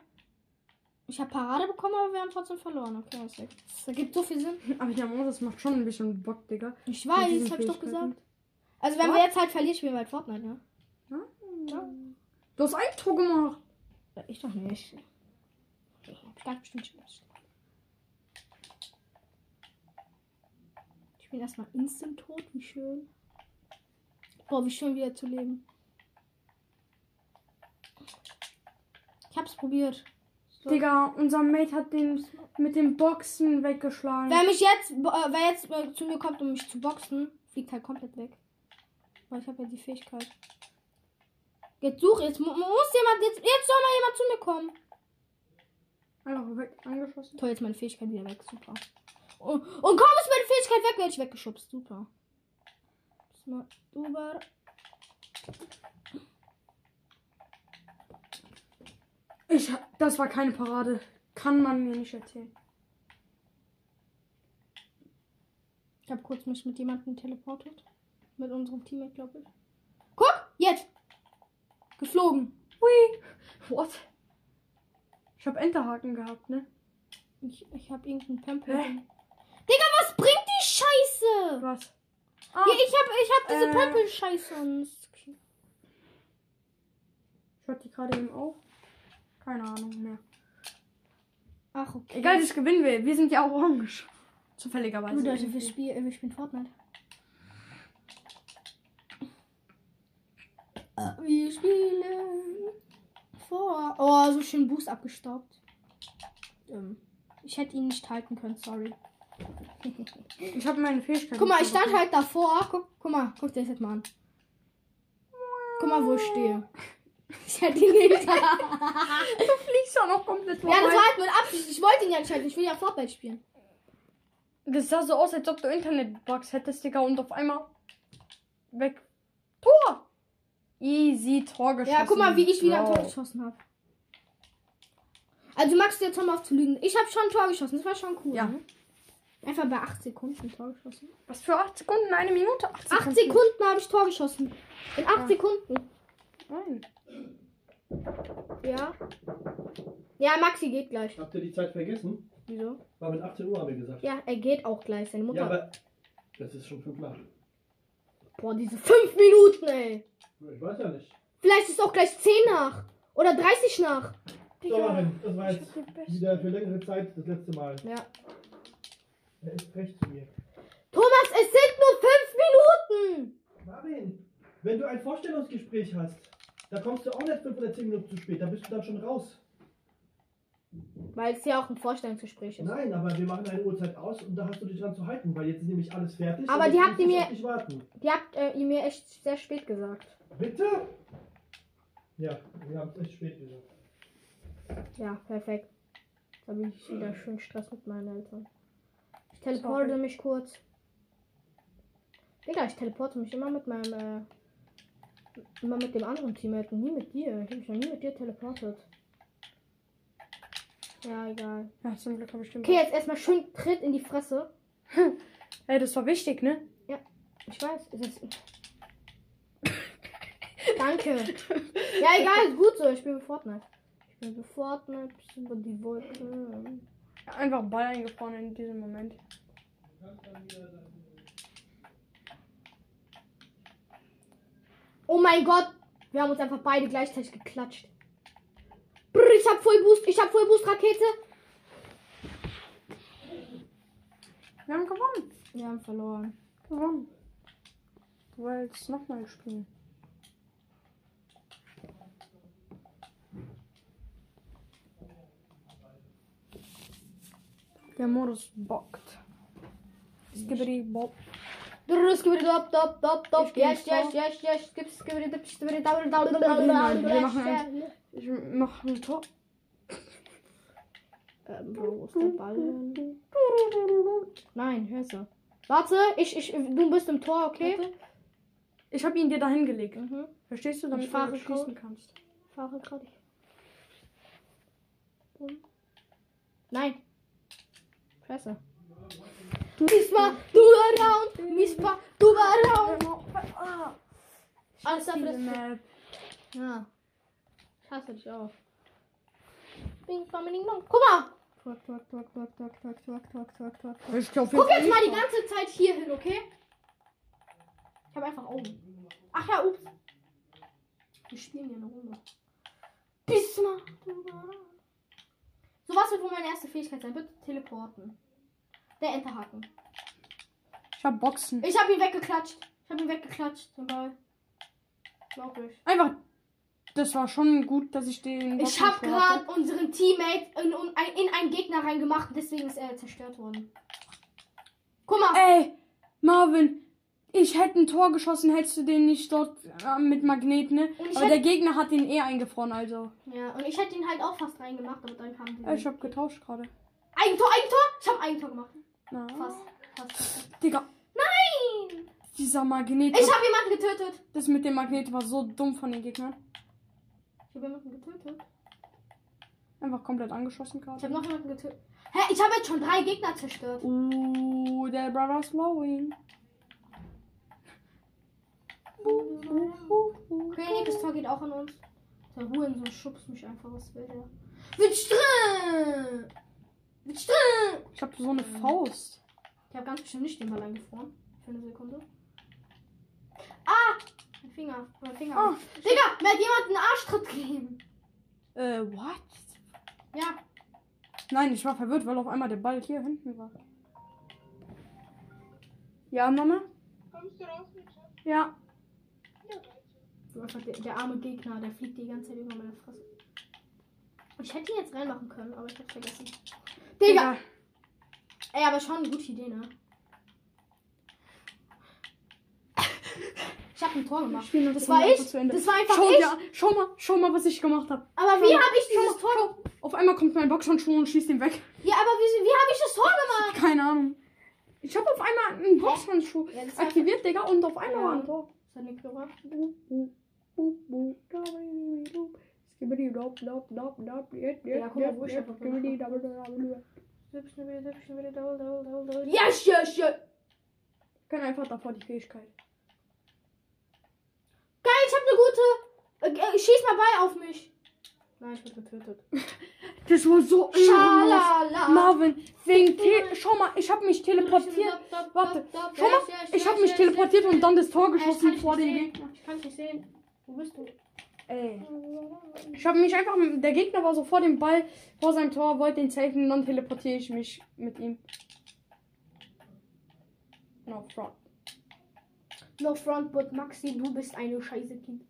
Ich hab Parade bekommen, aber wir haben trotzdem verloren. Okay, das ergibt- das ergibt so viel Sinn.
Aber der Modus macht schon ein bisschen Bock, Digga.
Ich
Mit
weiß,
diesen
hab ich doch
Fähigkeiten.
gesagt. Also wenn
Was?
wir jetzt halt verlieren, spielen wir halt Fortnite, ne?
Ja.
Ja.
Du hast ein Tor gemacht.
Ich doch nicht.
Ich dachte bestimmt schon was.
Ich bin erstmal instant tot, wie schön.
Boah, wie schön wieder zu leben. Ich hab's probiert.
Digga, unser Mate hat den mit den Boxen weggeschlagen.
Wer mich jetzt, äh, wer jetzt äh, zu mir kommt, um mich zu boxen, fliegt halt komplett weg. Weil ich habe ja die Fähigkeit. Jetzt such, jetzt mu- muss jemand, jetzt, jetzt soll mal jemand zu mir kommen.
Einfach weg, angeschossen.
Toll, jetzt meine Fähigkeit wieder weg. Super. Und, und komm, ist meine Fähigkeit weg, werde ich weggeschubst. Super. Jetzt mal drüber.
Ich, das war keine Parade. Kann man mir nicht erzählen.
Ich habe kurz mich mit jemandem teleportet. Mit unserem Teammate, glaube ich. Guck, jetzt. Geflogen.
Hui.
What?
Ich habe Enterhaken gehabt, ne?
Ich, ich habe irgendeinen Pempel.
Hä?
Digga, was bringt die Scheiße?
Was? Ah,
Ja, ich hab, ich hab diese
Äh.
Pöppel-Scheiße und.
ich hatte die gerade eben auf. Keine Ahnung mehr.
Ach, okay.
Egal, ich gewinnen will. Wir sind ja orange. Zufälligerweise.
Du, Leute, wir
irgendwie.
spielen, wir spielen Fortnite. Wir spielen vor. Oh, so schön Boost abgestaubt. Ähm, ich hätte ihn nicht halten können, sorry.
Ich habe meine Fähigkeit.
Guck mal, ich
nicht
stand
verbraucht.
halt davor. Guck, guck mal, guck dir das jetzt mal an. Guck mal, wo ich stehe. Ich hätte ihn nicht. ja,
Du fliegst ja noch komplett vorbei.
das war halt mit Absicht. Ich wollte ihn ja nicht halten. Ich will ja Fortnite spielen.
Das sah so aus, als ob du Internetbugs hättest, Digga, und auf einmal weg. Tor! Easy Tor geschossen.
Ja, guck mal, wie ich wieder ein
Wow.
Tor geschossen habe. Also Max, jetzt hör mal auf zu lügen. Ich habe schon ein Tor geschossen. Das war schon cool.
Ja.
Ne? Einfach bei 8 Sekunden ein Tor geschossen.
Was für 8 Sekunden? Eine Minute? 8
8 Sekunden habe ich Tor geschossen. In 8
Ja.
Sekunden.
Nein.
Ja. Ja, Maxi geht gleich.
Habt ihr die Zeit vergessen?
Wieso?
War mit 18 Uhr, habe ich gesagt.
Ja, er geht auch gleich. Seine Mutter.
Ja, aber das ist schon fünf nach.
Boah, diese 5 Minuten, ey.
Ich weiß ja nicht.
Vielleicht ist auch gleich 10 nach. Oder 30 nach.
So, Marvin, das war
ich
jetzt
hab die beste-
wieder für längere Zeit das letzte Mal.
Ja.
Er ist recht zu mir.
Thomas, es sind nur 5 Minuten.
Marvin, wenn du ein Vorstellungsgespräch hast, da kommst du auch nicht fünf oder zehn Minuten zu spät. Da bist du dann schon raus.
Weil es ja auch ein Vorstellungsgespräch ist.
Nein, aber wir machen eine Uhrzeit aus und da hast du dich dran zu halten, weil jetzt ist nämlich alles fertig.
Aber
und
die
jetzt
habt ihr
musst du
mir-
auf dich warten.
Die habt äh, ihr mir echt sehr spät gesagt.
Bitte? Ja, wir haben es echt spät gesagt.
Ja, perfekt. Da bin ich wieder schön Stress mit meinen Eltern. Ich teleporte
Sorry.
mich kurz. Digga, ich teleporte mich immer mit meinem, äh, immer mit dem anderen Teammate und nie mit dir. Ich habe mich noch nie mit dir teleportet. Ja, egal.
Ja, zum Glück habe ich den.
Okay, jetzt erstmal schön Tritt in die Fresse.
Ey, das war wichtig, ne?
Ich weiß, es ist. Danke. Ja, egal, ist gut so. Ich spiele Fortnite. Ich spiele Fortnite, bis über die Wolken.
Einfach Ball eingefroren in diesem Moment.
Oh mein Gott, wir haben uns einfach beide gleichzeitig geklatscht. Brr, ich hab Full Boost, ich hab Full Boost Rakete.
Wir haben gewonnen.
Wir haben verloren.
Gewonnen. Du wolltest nochmal spielen. Der Modus bockt. Skibidi Bob.
Drrr, skibidi dop, dop, dop,
Ich
dop.
bin
Yes, yes,
vor.
yes, yes. Skib, skibidi dip, skibidi dab, dab, dab, dab,
Nein, wir
dab,
machen
dab,
eins. Ich mach ein Tor.
Ähm, Bro, ist der Ball? hin? Nein, hörst du. Warte, ich, ich, du bist im Tor, okay?
Ich hab ihn dir dahin gelegt.
Mhm.
Verstehst du, damit
Ich fahre
du schießen kannst?
Fahre gerade. Nein. Fresse. Mispa, du around. Mispa, du around.
Ah,
Alles
diese
andere ist.
Map.
Ja. Ich hasse dich auch. Bing, bam, bing, bong. Guck mal. Twack, twack, twack, twack, twack, twack, twack, twack, twack, twack.
Ich glaub,
Guck jetzt mal die ganze Zeit hier hin, okay? Ich habe einfach Augen. Ach ja, ups. Wir spielen ja eine Runde. Bist du noch drüber? So was wird wohl meine erste Fähigkeit sein. Bitte teleporten. Der Enterhaken.
Ich hab Boxen.
Ich habe ihn weggeklatscht. Ich habe ihn weggeklatscht. Den Ball. Glaub ich.
Einfach. Das war schon gut, dass ich den.
Ich
Boxenschwert
habe
hatte.
gerade unseren Teammate in, in, ein- in einen Gegner reingemacht, deswegen ist er zerstört worden. Guck mal,
Ey, Marvin, ich hätte ein Tor geschossen, hättest du den nicht dort äh, mit Magnet, ne?
Und ich
Aber
hätt-
der Gegner hat den eh eingefroren, also.
Ja, und ich hätte ihn halt auch fast reingemacht, aber dann kam die.
Ey, ich hab getauscht gerade.
Eigentor, Eigentor! Ich habe Eigentor gemacht.
Na,
Fast. fast.
Digga,
Nein!
dieser Magnet.
Ich habe jemanden getötet.
das mit dem Magnet war so dumm von den Gegnern.
Ich habe jemanden getötet.
Einfach komplett angeschossen
Ich
gerade.
habe noch jemanden getötet. Hä, ich habe jetzt schon drei Gegner zerstört.
Uh, der Brother's blowing.
Okay, nächstes Tor geht auch an uns. Der Hurensohn schubst mich einfach, was will der? Witsch drin! Witsch drin!
Ich hab so eine Faust.
Ich habe ganz bestimmt nicht den Ball angefroren. Für eine Sekunde. Ah! Mein Finger. Mein Finger.
Ah.
Digga, mir hat jemand einen Arschtritt gegeben.
Äh, what?
Ja.
Nein, ich war verwirrt, weil auf einmal der Ball hier hinten war. Ja, Mama?
Kommst du raus mit Schatz?
Ja.
So einfach der, der arme Gegner, der fliegt die ganze Zeit über meine Fresse. Ich hätte ihn jetzt reinmachen können, aber ich hab's vergessen. Digga!
Ja.
Ey, aber schon eine gute Idee, ne? Ich hab ein Tor gemacht.
Spiel noch
Das
das
war
Ende,
ich.
einfach zu Ende.
Das war einfach
Schau,
ich.
dir- schau mal, schau mal, was ich gemacht habe.
Aber wie habe ich dieses Tor?
Auf einmal kommt mein Boxhandschuh und schießt ihn weg.
Ja, aber wie, wie habe ich das Tor gemacht?
Keine Ahnung. Ich habe auf einmal einen Boxhandschuh
Ja, das hat-
aktiviert, Digga, und auf einmal
Ja.
war ein Tor.
Das hat nicht gebracht. Ja, guck mal, wo ich einfach
Ich
Yes, yes, yes.
kann einfach davor die Fähigkeit.
Geil, ich hab eine gute. Äh, äh, schieß mal Ball auf mich. Nein, ich wurde getötet.
Das war so ehrenlos.
Schalala.
Marvin, wegen Te Schau mal, ich habe mich teleportiert. Warte, schau mal, ich habe mich teleportiert und dann das Tor
Ah, Äh,
geschossen vor dem Gegner.
Ich kann nicht sehen. Wo bist du?
Ey. Ich habe mich einfach. Der Gegner war so vor dem Ball, vor seinem Tor, wollte ihn safen und dann teleportiere ich mich mit ihm. No front.
No front, but Maxi, du bist eine scheiße Kind.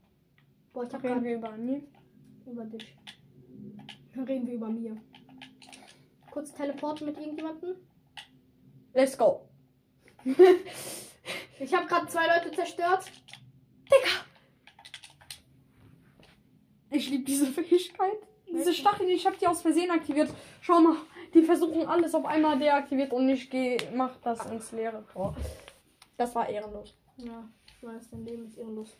Boah, ich hab
Reden
grad
wir über nie.
über dich. Dann reden wir über mir. Kurz teleporten mit irgendjemandem.
Let's go.
Ich habe gerade zwei Leute zerstört.
Ich liebe diese Fähigkeit. Diese Stacheln, ich habe die aus Versehen aktiviert. Schau mal, die versuchen alles auf einmal deaktiviert und ich gehe, mach das ins leere Tor. Das war ehrenlos.
Ja, ich weiß, dein Leben ist irrenlos.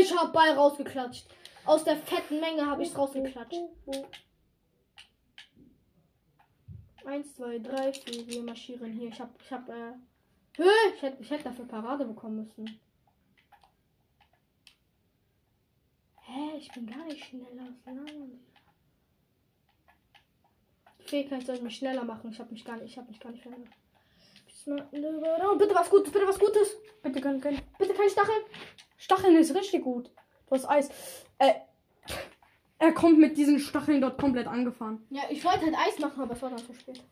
Ich hab Ball rausgeklatscht. Aus der fetten Menge habe ich rausgeklatscht. Eins, zwei, drei, vier, wir marschieren hier. Ich hab, ich hab, äh, hö, ich hätte ich hätt dafür Parade bekommen müssen. Hä, ich bin gar nicht schneller als Nein. Fähigkeit soll mich schneller machen. Ich hab mich gar nicht, ich hab mich gar nicht verändert. Oh, Bitte was Gutes, bitte was Gutes.
Bitte gönn, gönn.
Bitte kein Stachel.
Stacheln ist richtig gut. Du hast Eis. Äh, er kommt mit diesen Stacheln dort komplett angefahren.
Ja, ich wollte halt Eis machen, aber es war dann zu spät.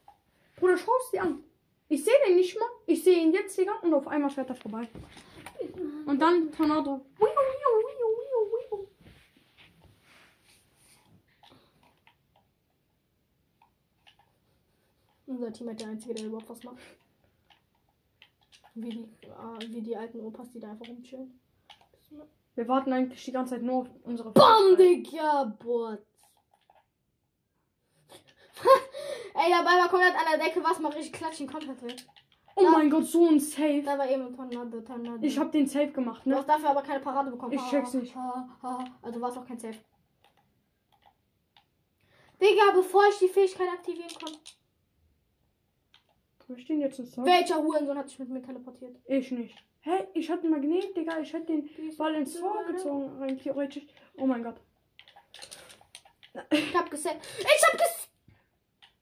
Bruder, schau es dir an. Ich sehe den nicht mal. Ich sehe ihn jetzt, Digga, und auf einmal fährt er vorbei. Und dann Tornado. Wiu, wiu, wiu, wiu, wiu.
Unser Team hat der Einzige, der überhaupt was macht. Wie die, äh, wie die alten Opas, die da einfach rumchillen.
Wir warten eigentlich die ganze Zeit nur auf unsere
Bam,
Fähigkeit.
Digga, Bot. Ey, der Ball war komplett an der Decke. Was mache ich? Klatschen komplett weg.
Oh mein Gott, so ein Safe.
Da war eben ein Tornado, Tornado.
Ich hab den Safe gemacht,
Du
ne?
hast dafür aber keine Parade bekommen.
Ich check's nicht.
Ha, ha. Also war es auch kein Safe. Digga, bevor ich die Fähigkeit aktivieren konnte.
Kann ich den jetzt ins Tor?
Welcher Hurensohn hat sich mit mir teleportiert?
Ich nicht. Hä? ich hatte einen Magnet, Digga. Ich hätte den Ball ins Tor gezogen, rein theoretisch. Oh mein Gott.
Ich hab gesaved. Ich hab ges.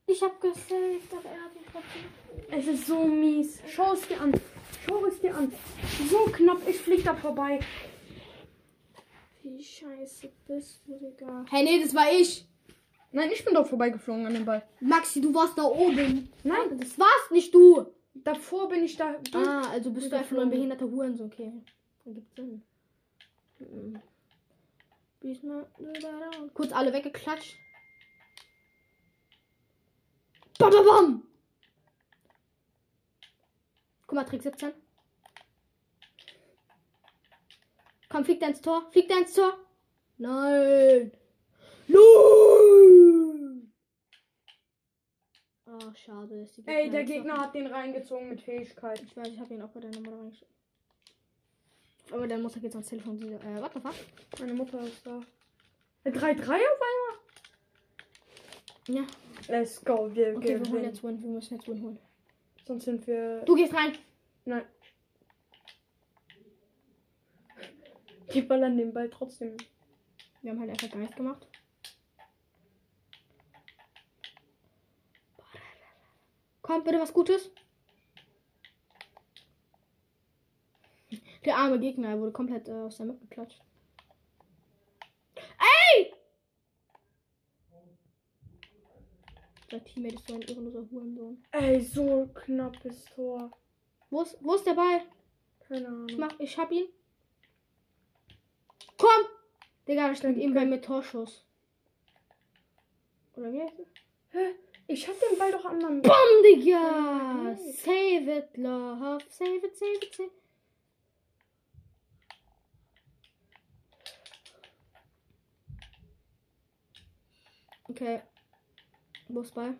Ich hab gesaved, aber er hat mich trotzdem.
Es ist so mies. Schau es dir an. Schau es dir an. So knapp, ich flieg da vorbei.
Wie scheiße bist du,
Hm.
Digga. Hey, nee, das war ich.
Nein, ich bin doch vorbeigeflogen an dem Ball.
Maxi, du warst da oben.
Nein,
Das warst nicht du.
davor bin ich da.
Ah, also bist du einfach nur ein
Geflogen.
behinderter Hurensohn, okay. Dann gibt's Sinn. Mhm. Diesmal- Kurz alle weggeklatscht. Bam, bam, bam! Guck mal, Trick 17. Komm, fliegt er ins Tor. Fliegt er ins Tor. Nein. Nein! Ach, Ah, schade. dass die
Ey, der
jetzt noch-
Gegner hat den reingezogen mit Fähigkeit.
ich weiß, ich habe ihn auch bei der Nummer reingeschrieben. Aber dann muss er jetzt ans Telefon. diese- Äh, what the fuck?
Meine Mutter ist da. 3-3 auf einmal?
Ja,
Let's go, wir
okay, wir holen
gewinnen.
jetzt Win. Wir müssen jetzt Win holen.
Sonst sind wir.
Du gehst rein.
Nein. Die ballern den Ball trotzdem.
Wir haben halt einfach gar nichts gemacht. Kommt, bitte was Gutes. Der arme Gegner er wurde komplett äh, aus der Map geklatscht. Ey! Der Teammate ist so ein irrenloser Hurensohn.
Ey, so knappes Tor.
Wo ist, wo ist der Ball?
Keine
Ich,
Ahnung.
mach, ich hab ihn. Komm! Digga, da stand eben bei mir Torschuss. Oder wie heißt das?
Ich hab den Ball doch an meinem.
Bam, Digga! Save it, love. Save it, save it, save it. Okay. Wo ist Ball?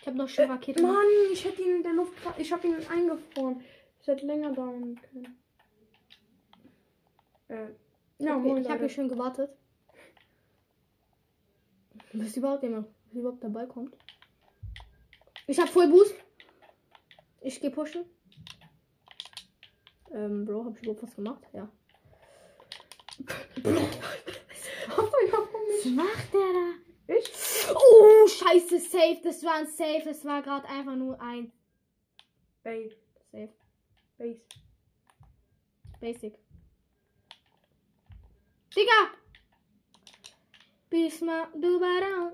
Ich hab noch schon Raketen.
Mann, ich hätte ihn in der Luft. ver- Ich hab ihn eingefroren. Ich hätte länger dauern können. Äh. Ja,
okay,
moin,
ich habe
Leute.
hier schön gewartet. Bis überhaupt jemand bis überhaupt dabei kommt. Ich habe voll Boost. Ich gehe pushen. Ähm, Bro, habe ich überhaupt was gemacht? Ja. was macht der da?
Ich?
Oh, scheiße, safe. Das war ein safe. Das war gerade einfach nur ein
Base.
safe.
Base.
Basic. Digga! Bisma, du down.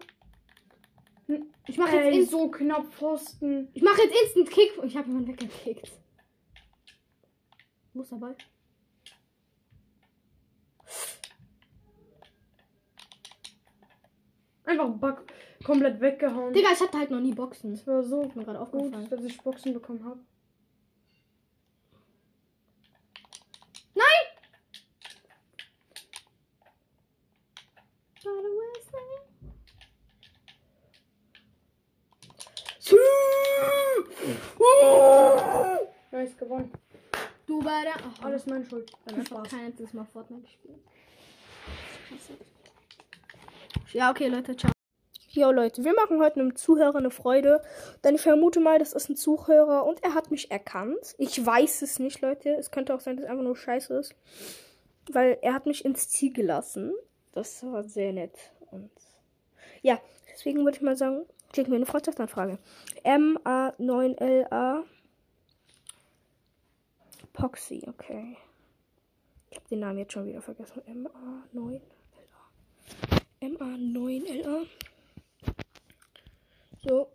Hm, Ich mache jetzt,
Ey,
inst
so knapp Pfosten.
ich mach jetzt Instant Kick. Ich habe jemanden weggekickt. Wo ist der Ball?
Einfach Bug komplett weggehauen.
Digga, ich hatte halt noch nie Boxen.
Das war so
Ist mir gerade
gut,
aufgefallen.
dass ich Boxen bekommen habe. Nice gewonnen.
Du bei der. Ach,
Alles meine Schuld.
dann einfach kein einziges Mal Fortnite gespielt. Ja, okay, Leute, ciao.
Jo Leute, wir machen heute einem Zuhörer eine Freude, denn ich vermute mal, das ist ein Zuhörer und er hat mich erkannt. Ich weiß es nicht, Leute. Es könnte auch sein, dass es einfach nur scheiße ist, weil er hat mich ins Ziel gelassen. Das war sehr nett. Und ja, deswegen würde ich mal sagen, schicken wir eine Freundschaftsanfrage. M-A-9-L-A Poxy, okay. Ich habe den Namen jetzt schon wieder vergessen. M-A-9-L-A M-A-9-L-A so.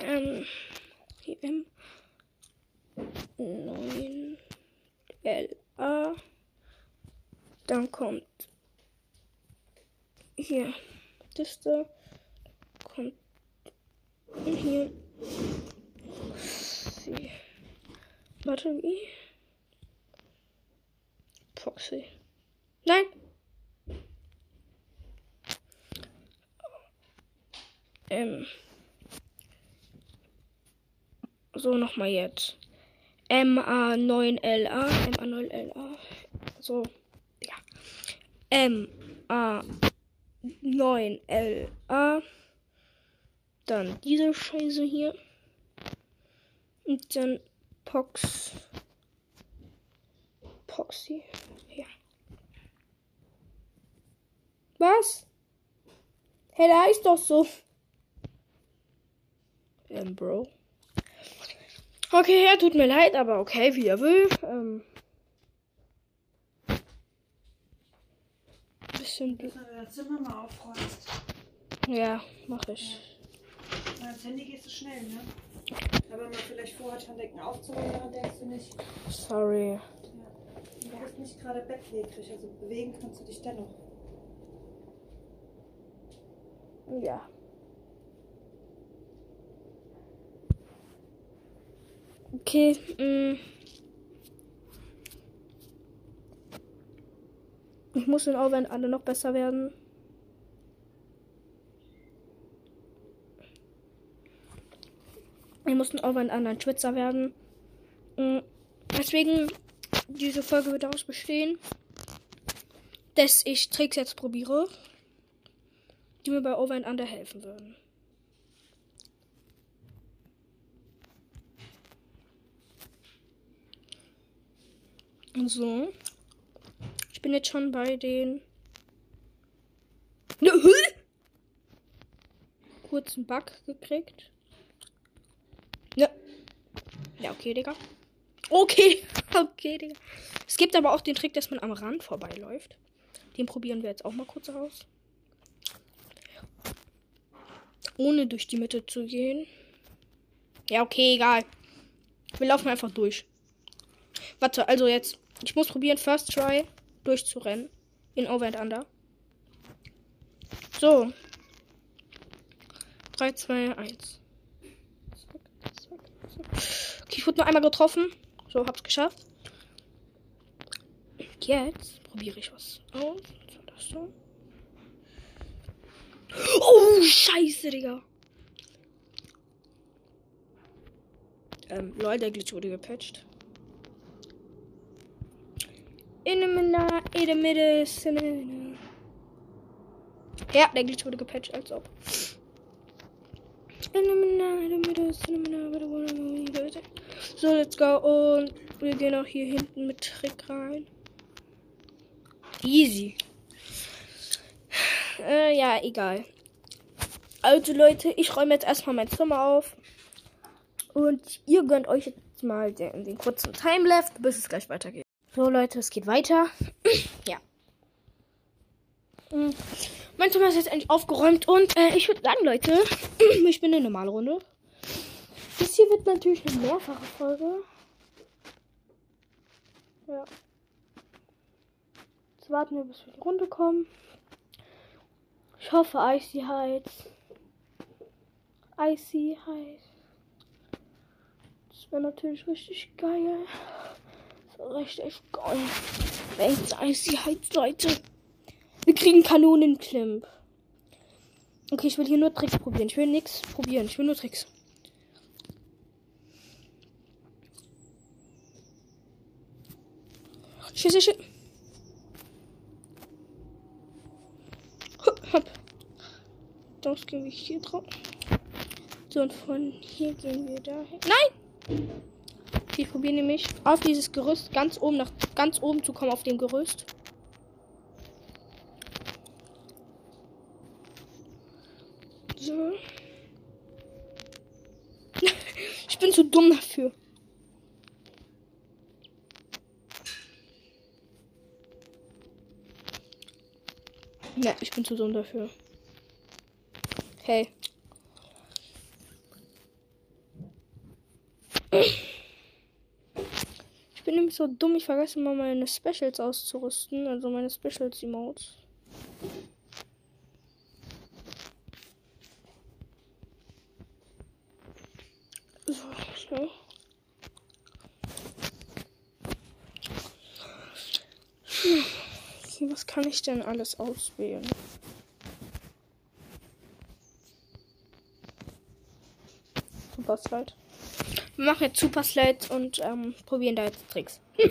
Ähm. M. 9. L. A. Dann kommt. Hier. Das da. Kommt. Und hier. Sie. Warte, wie? Foxy. Nein! Ähm. So, nochmal jetzt. MA9LA. MA9LA. So. Ja. MA9LA. Dann diese Scheiße hier. Und dann Pox. Poxy. Ja. Was? Hey, da ist doch so. Ähm, Bro.
Okay, ja, tut mir leid, aber okay, wie er will. Ähm. Bisschen. bl-
Wenn du das Zimmer mal aufräumst.
Ja, mach ich.
Na, Das Handy geht so schnell, ne? Aber mal vielleicht vorher dran denken aufzuräumen, daran denkst du nicht.
Sorry.
Du bist nicht gerade bettlägerig, also bewegen kannst du dich dennoch.
Ja. Okay, mm. Ich muss in Auwend alle noch besser werden. Wir mussten auch ein anderen Schwitzer werden. Mm, Deswegen, diese Folge wird daraus bestehen, dass ich Tricks jetzt probiere, die mir bei Over and Under helfen würden. So. Ich bin jetzt schon bei den Ne, kurzen Bug gekriegt. Ne. Ja, okay, Digga. Okay, okay, Digga. Es gibt aber auch den Trick, dass man am Rand vorbeiläuft. Den probieren wir jetzt auch mal kurz aus. Ohne durch die Mitte zu gehen. Ja, okay, egal. Wir laufen einfach durch. Warte, also jetzt. Ich muss probieren, First Try durchzurennen. In Over and Under. So. 3, 2, 1. Okay, ich wurde nur einmal getroffen. So, hab's geschafft. Und Jetzt probiere ich was aus. Was war das so? Oh, scheiße, Digga. Ähm, lol, der Glitch wurde gepatcht. In the middle, in the middle, cinema. Ja, der Glitch wurde gepatcht, als ob. So, let's go. Und wir gehen auch hier hinten mit Trick rein. Easy. Äh, ja, egal. Also Leute, ich räume jetzt erstmal mein Zimmer auf. Und ihr gönnt euch jetzt mal den, den kurzen Timeleft, bis es gleich weitergeht. So Leute, es geht weiter. ja. Mm. Mein Zimmer ist jetzt endlich aufgeräumt und äh, ich würde sagen, Leute, ich bin in der Malrunde. Das hier wird natürlich eine mehrfache Folge. Ja. Jetzt warten wir, bis wir in die Runde kommen. Ich hoffe, Icy heißt. Icy heißt. Das wäre natürlich richtig geil. Das wäre richtig geil. Wenn es Icy heißt, Leute. Wir kriegen Kanonenklimp. Okay, ich will hier nur Tricks probieren. Ich will nichts probieren. Ich will nur Tricks. Schieß, schieß, schieß. Hopp, hopp. Das gehen wir hier drauf. So, und von hier gehen wir dahin. Nein! Okay, ich probiere nämlich auf dieses Gerüst ganz oben nach ganz oben zu kommen auf dem Gerüst. So. ich bin zu dumm dafür. Ja, ich bin zu dumm dafür. Hey. Ich bin nämlich so dumm, ich vergesse immer meine Specials auszurüsten, also meine Specials Emotes. So, so. Hm. Okay, was kann ich denn alles auswählen? Super Slide. Wir machen jetzt Super Slide und ähm, probieren da jetzt Tricks. Hm.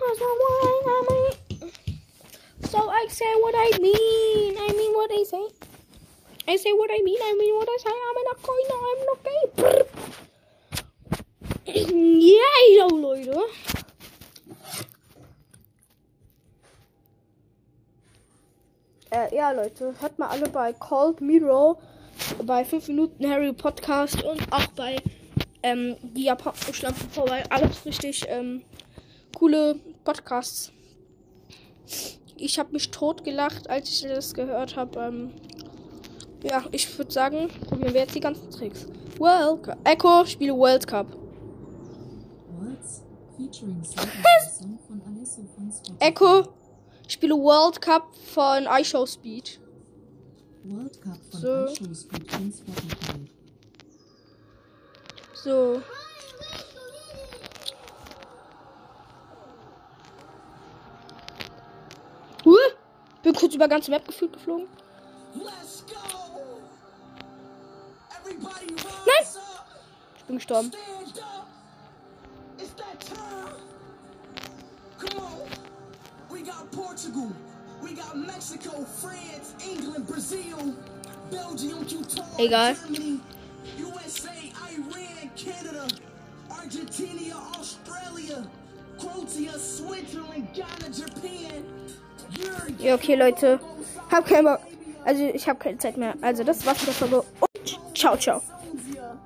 Also, why am I- So I say what I mean. I mean what I say. I say what I mean, I mean what I say, I'm not going, I'm not gay. Brr. Yeah, yo, Leute. Äh, ja, Leute, hört mal alle bei Cold Mirror, bei 5 Minuten Harry Podcast und auch bei ähm, die japanischen Lampen vorbei. Alles richtig ähm, coole Podcasts. Ich habe mich totgelacht, als ich das gehört habe. Ähm, ja, ich würde sagen, probieren wir jetzt die ganzen Tricks. World Cup. Echo, spiele World Cup.
Worlds featuring Song von Alesso von Spotify.
Echo, spiele World Cup von iShow Speed.
World Cup
So.
von so. iShows gut von Spotify.
So. Huh? Bin kurz über ganze Map gefühlt geflogen. Nein! Ich bin gestorben. Egal. Ja, okay, Leute. Hab keinen Bock. Also, ich habe keine Zeit mehr. Also, das war's mit der Folge. Und ciao, ciao.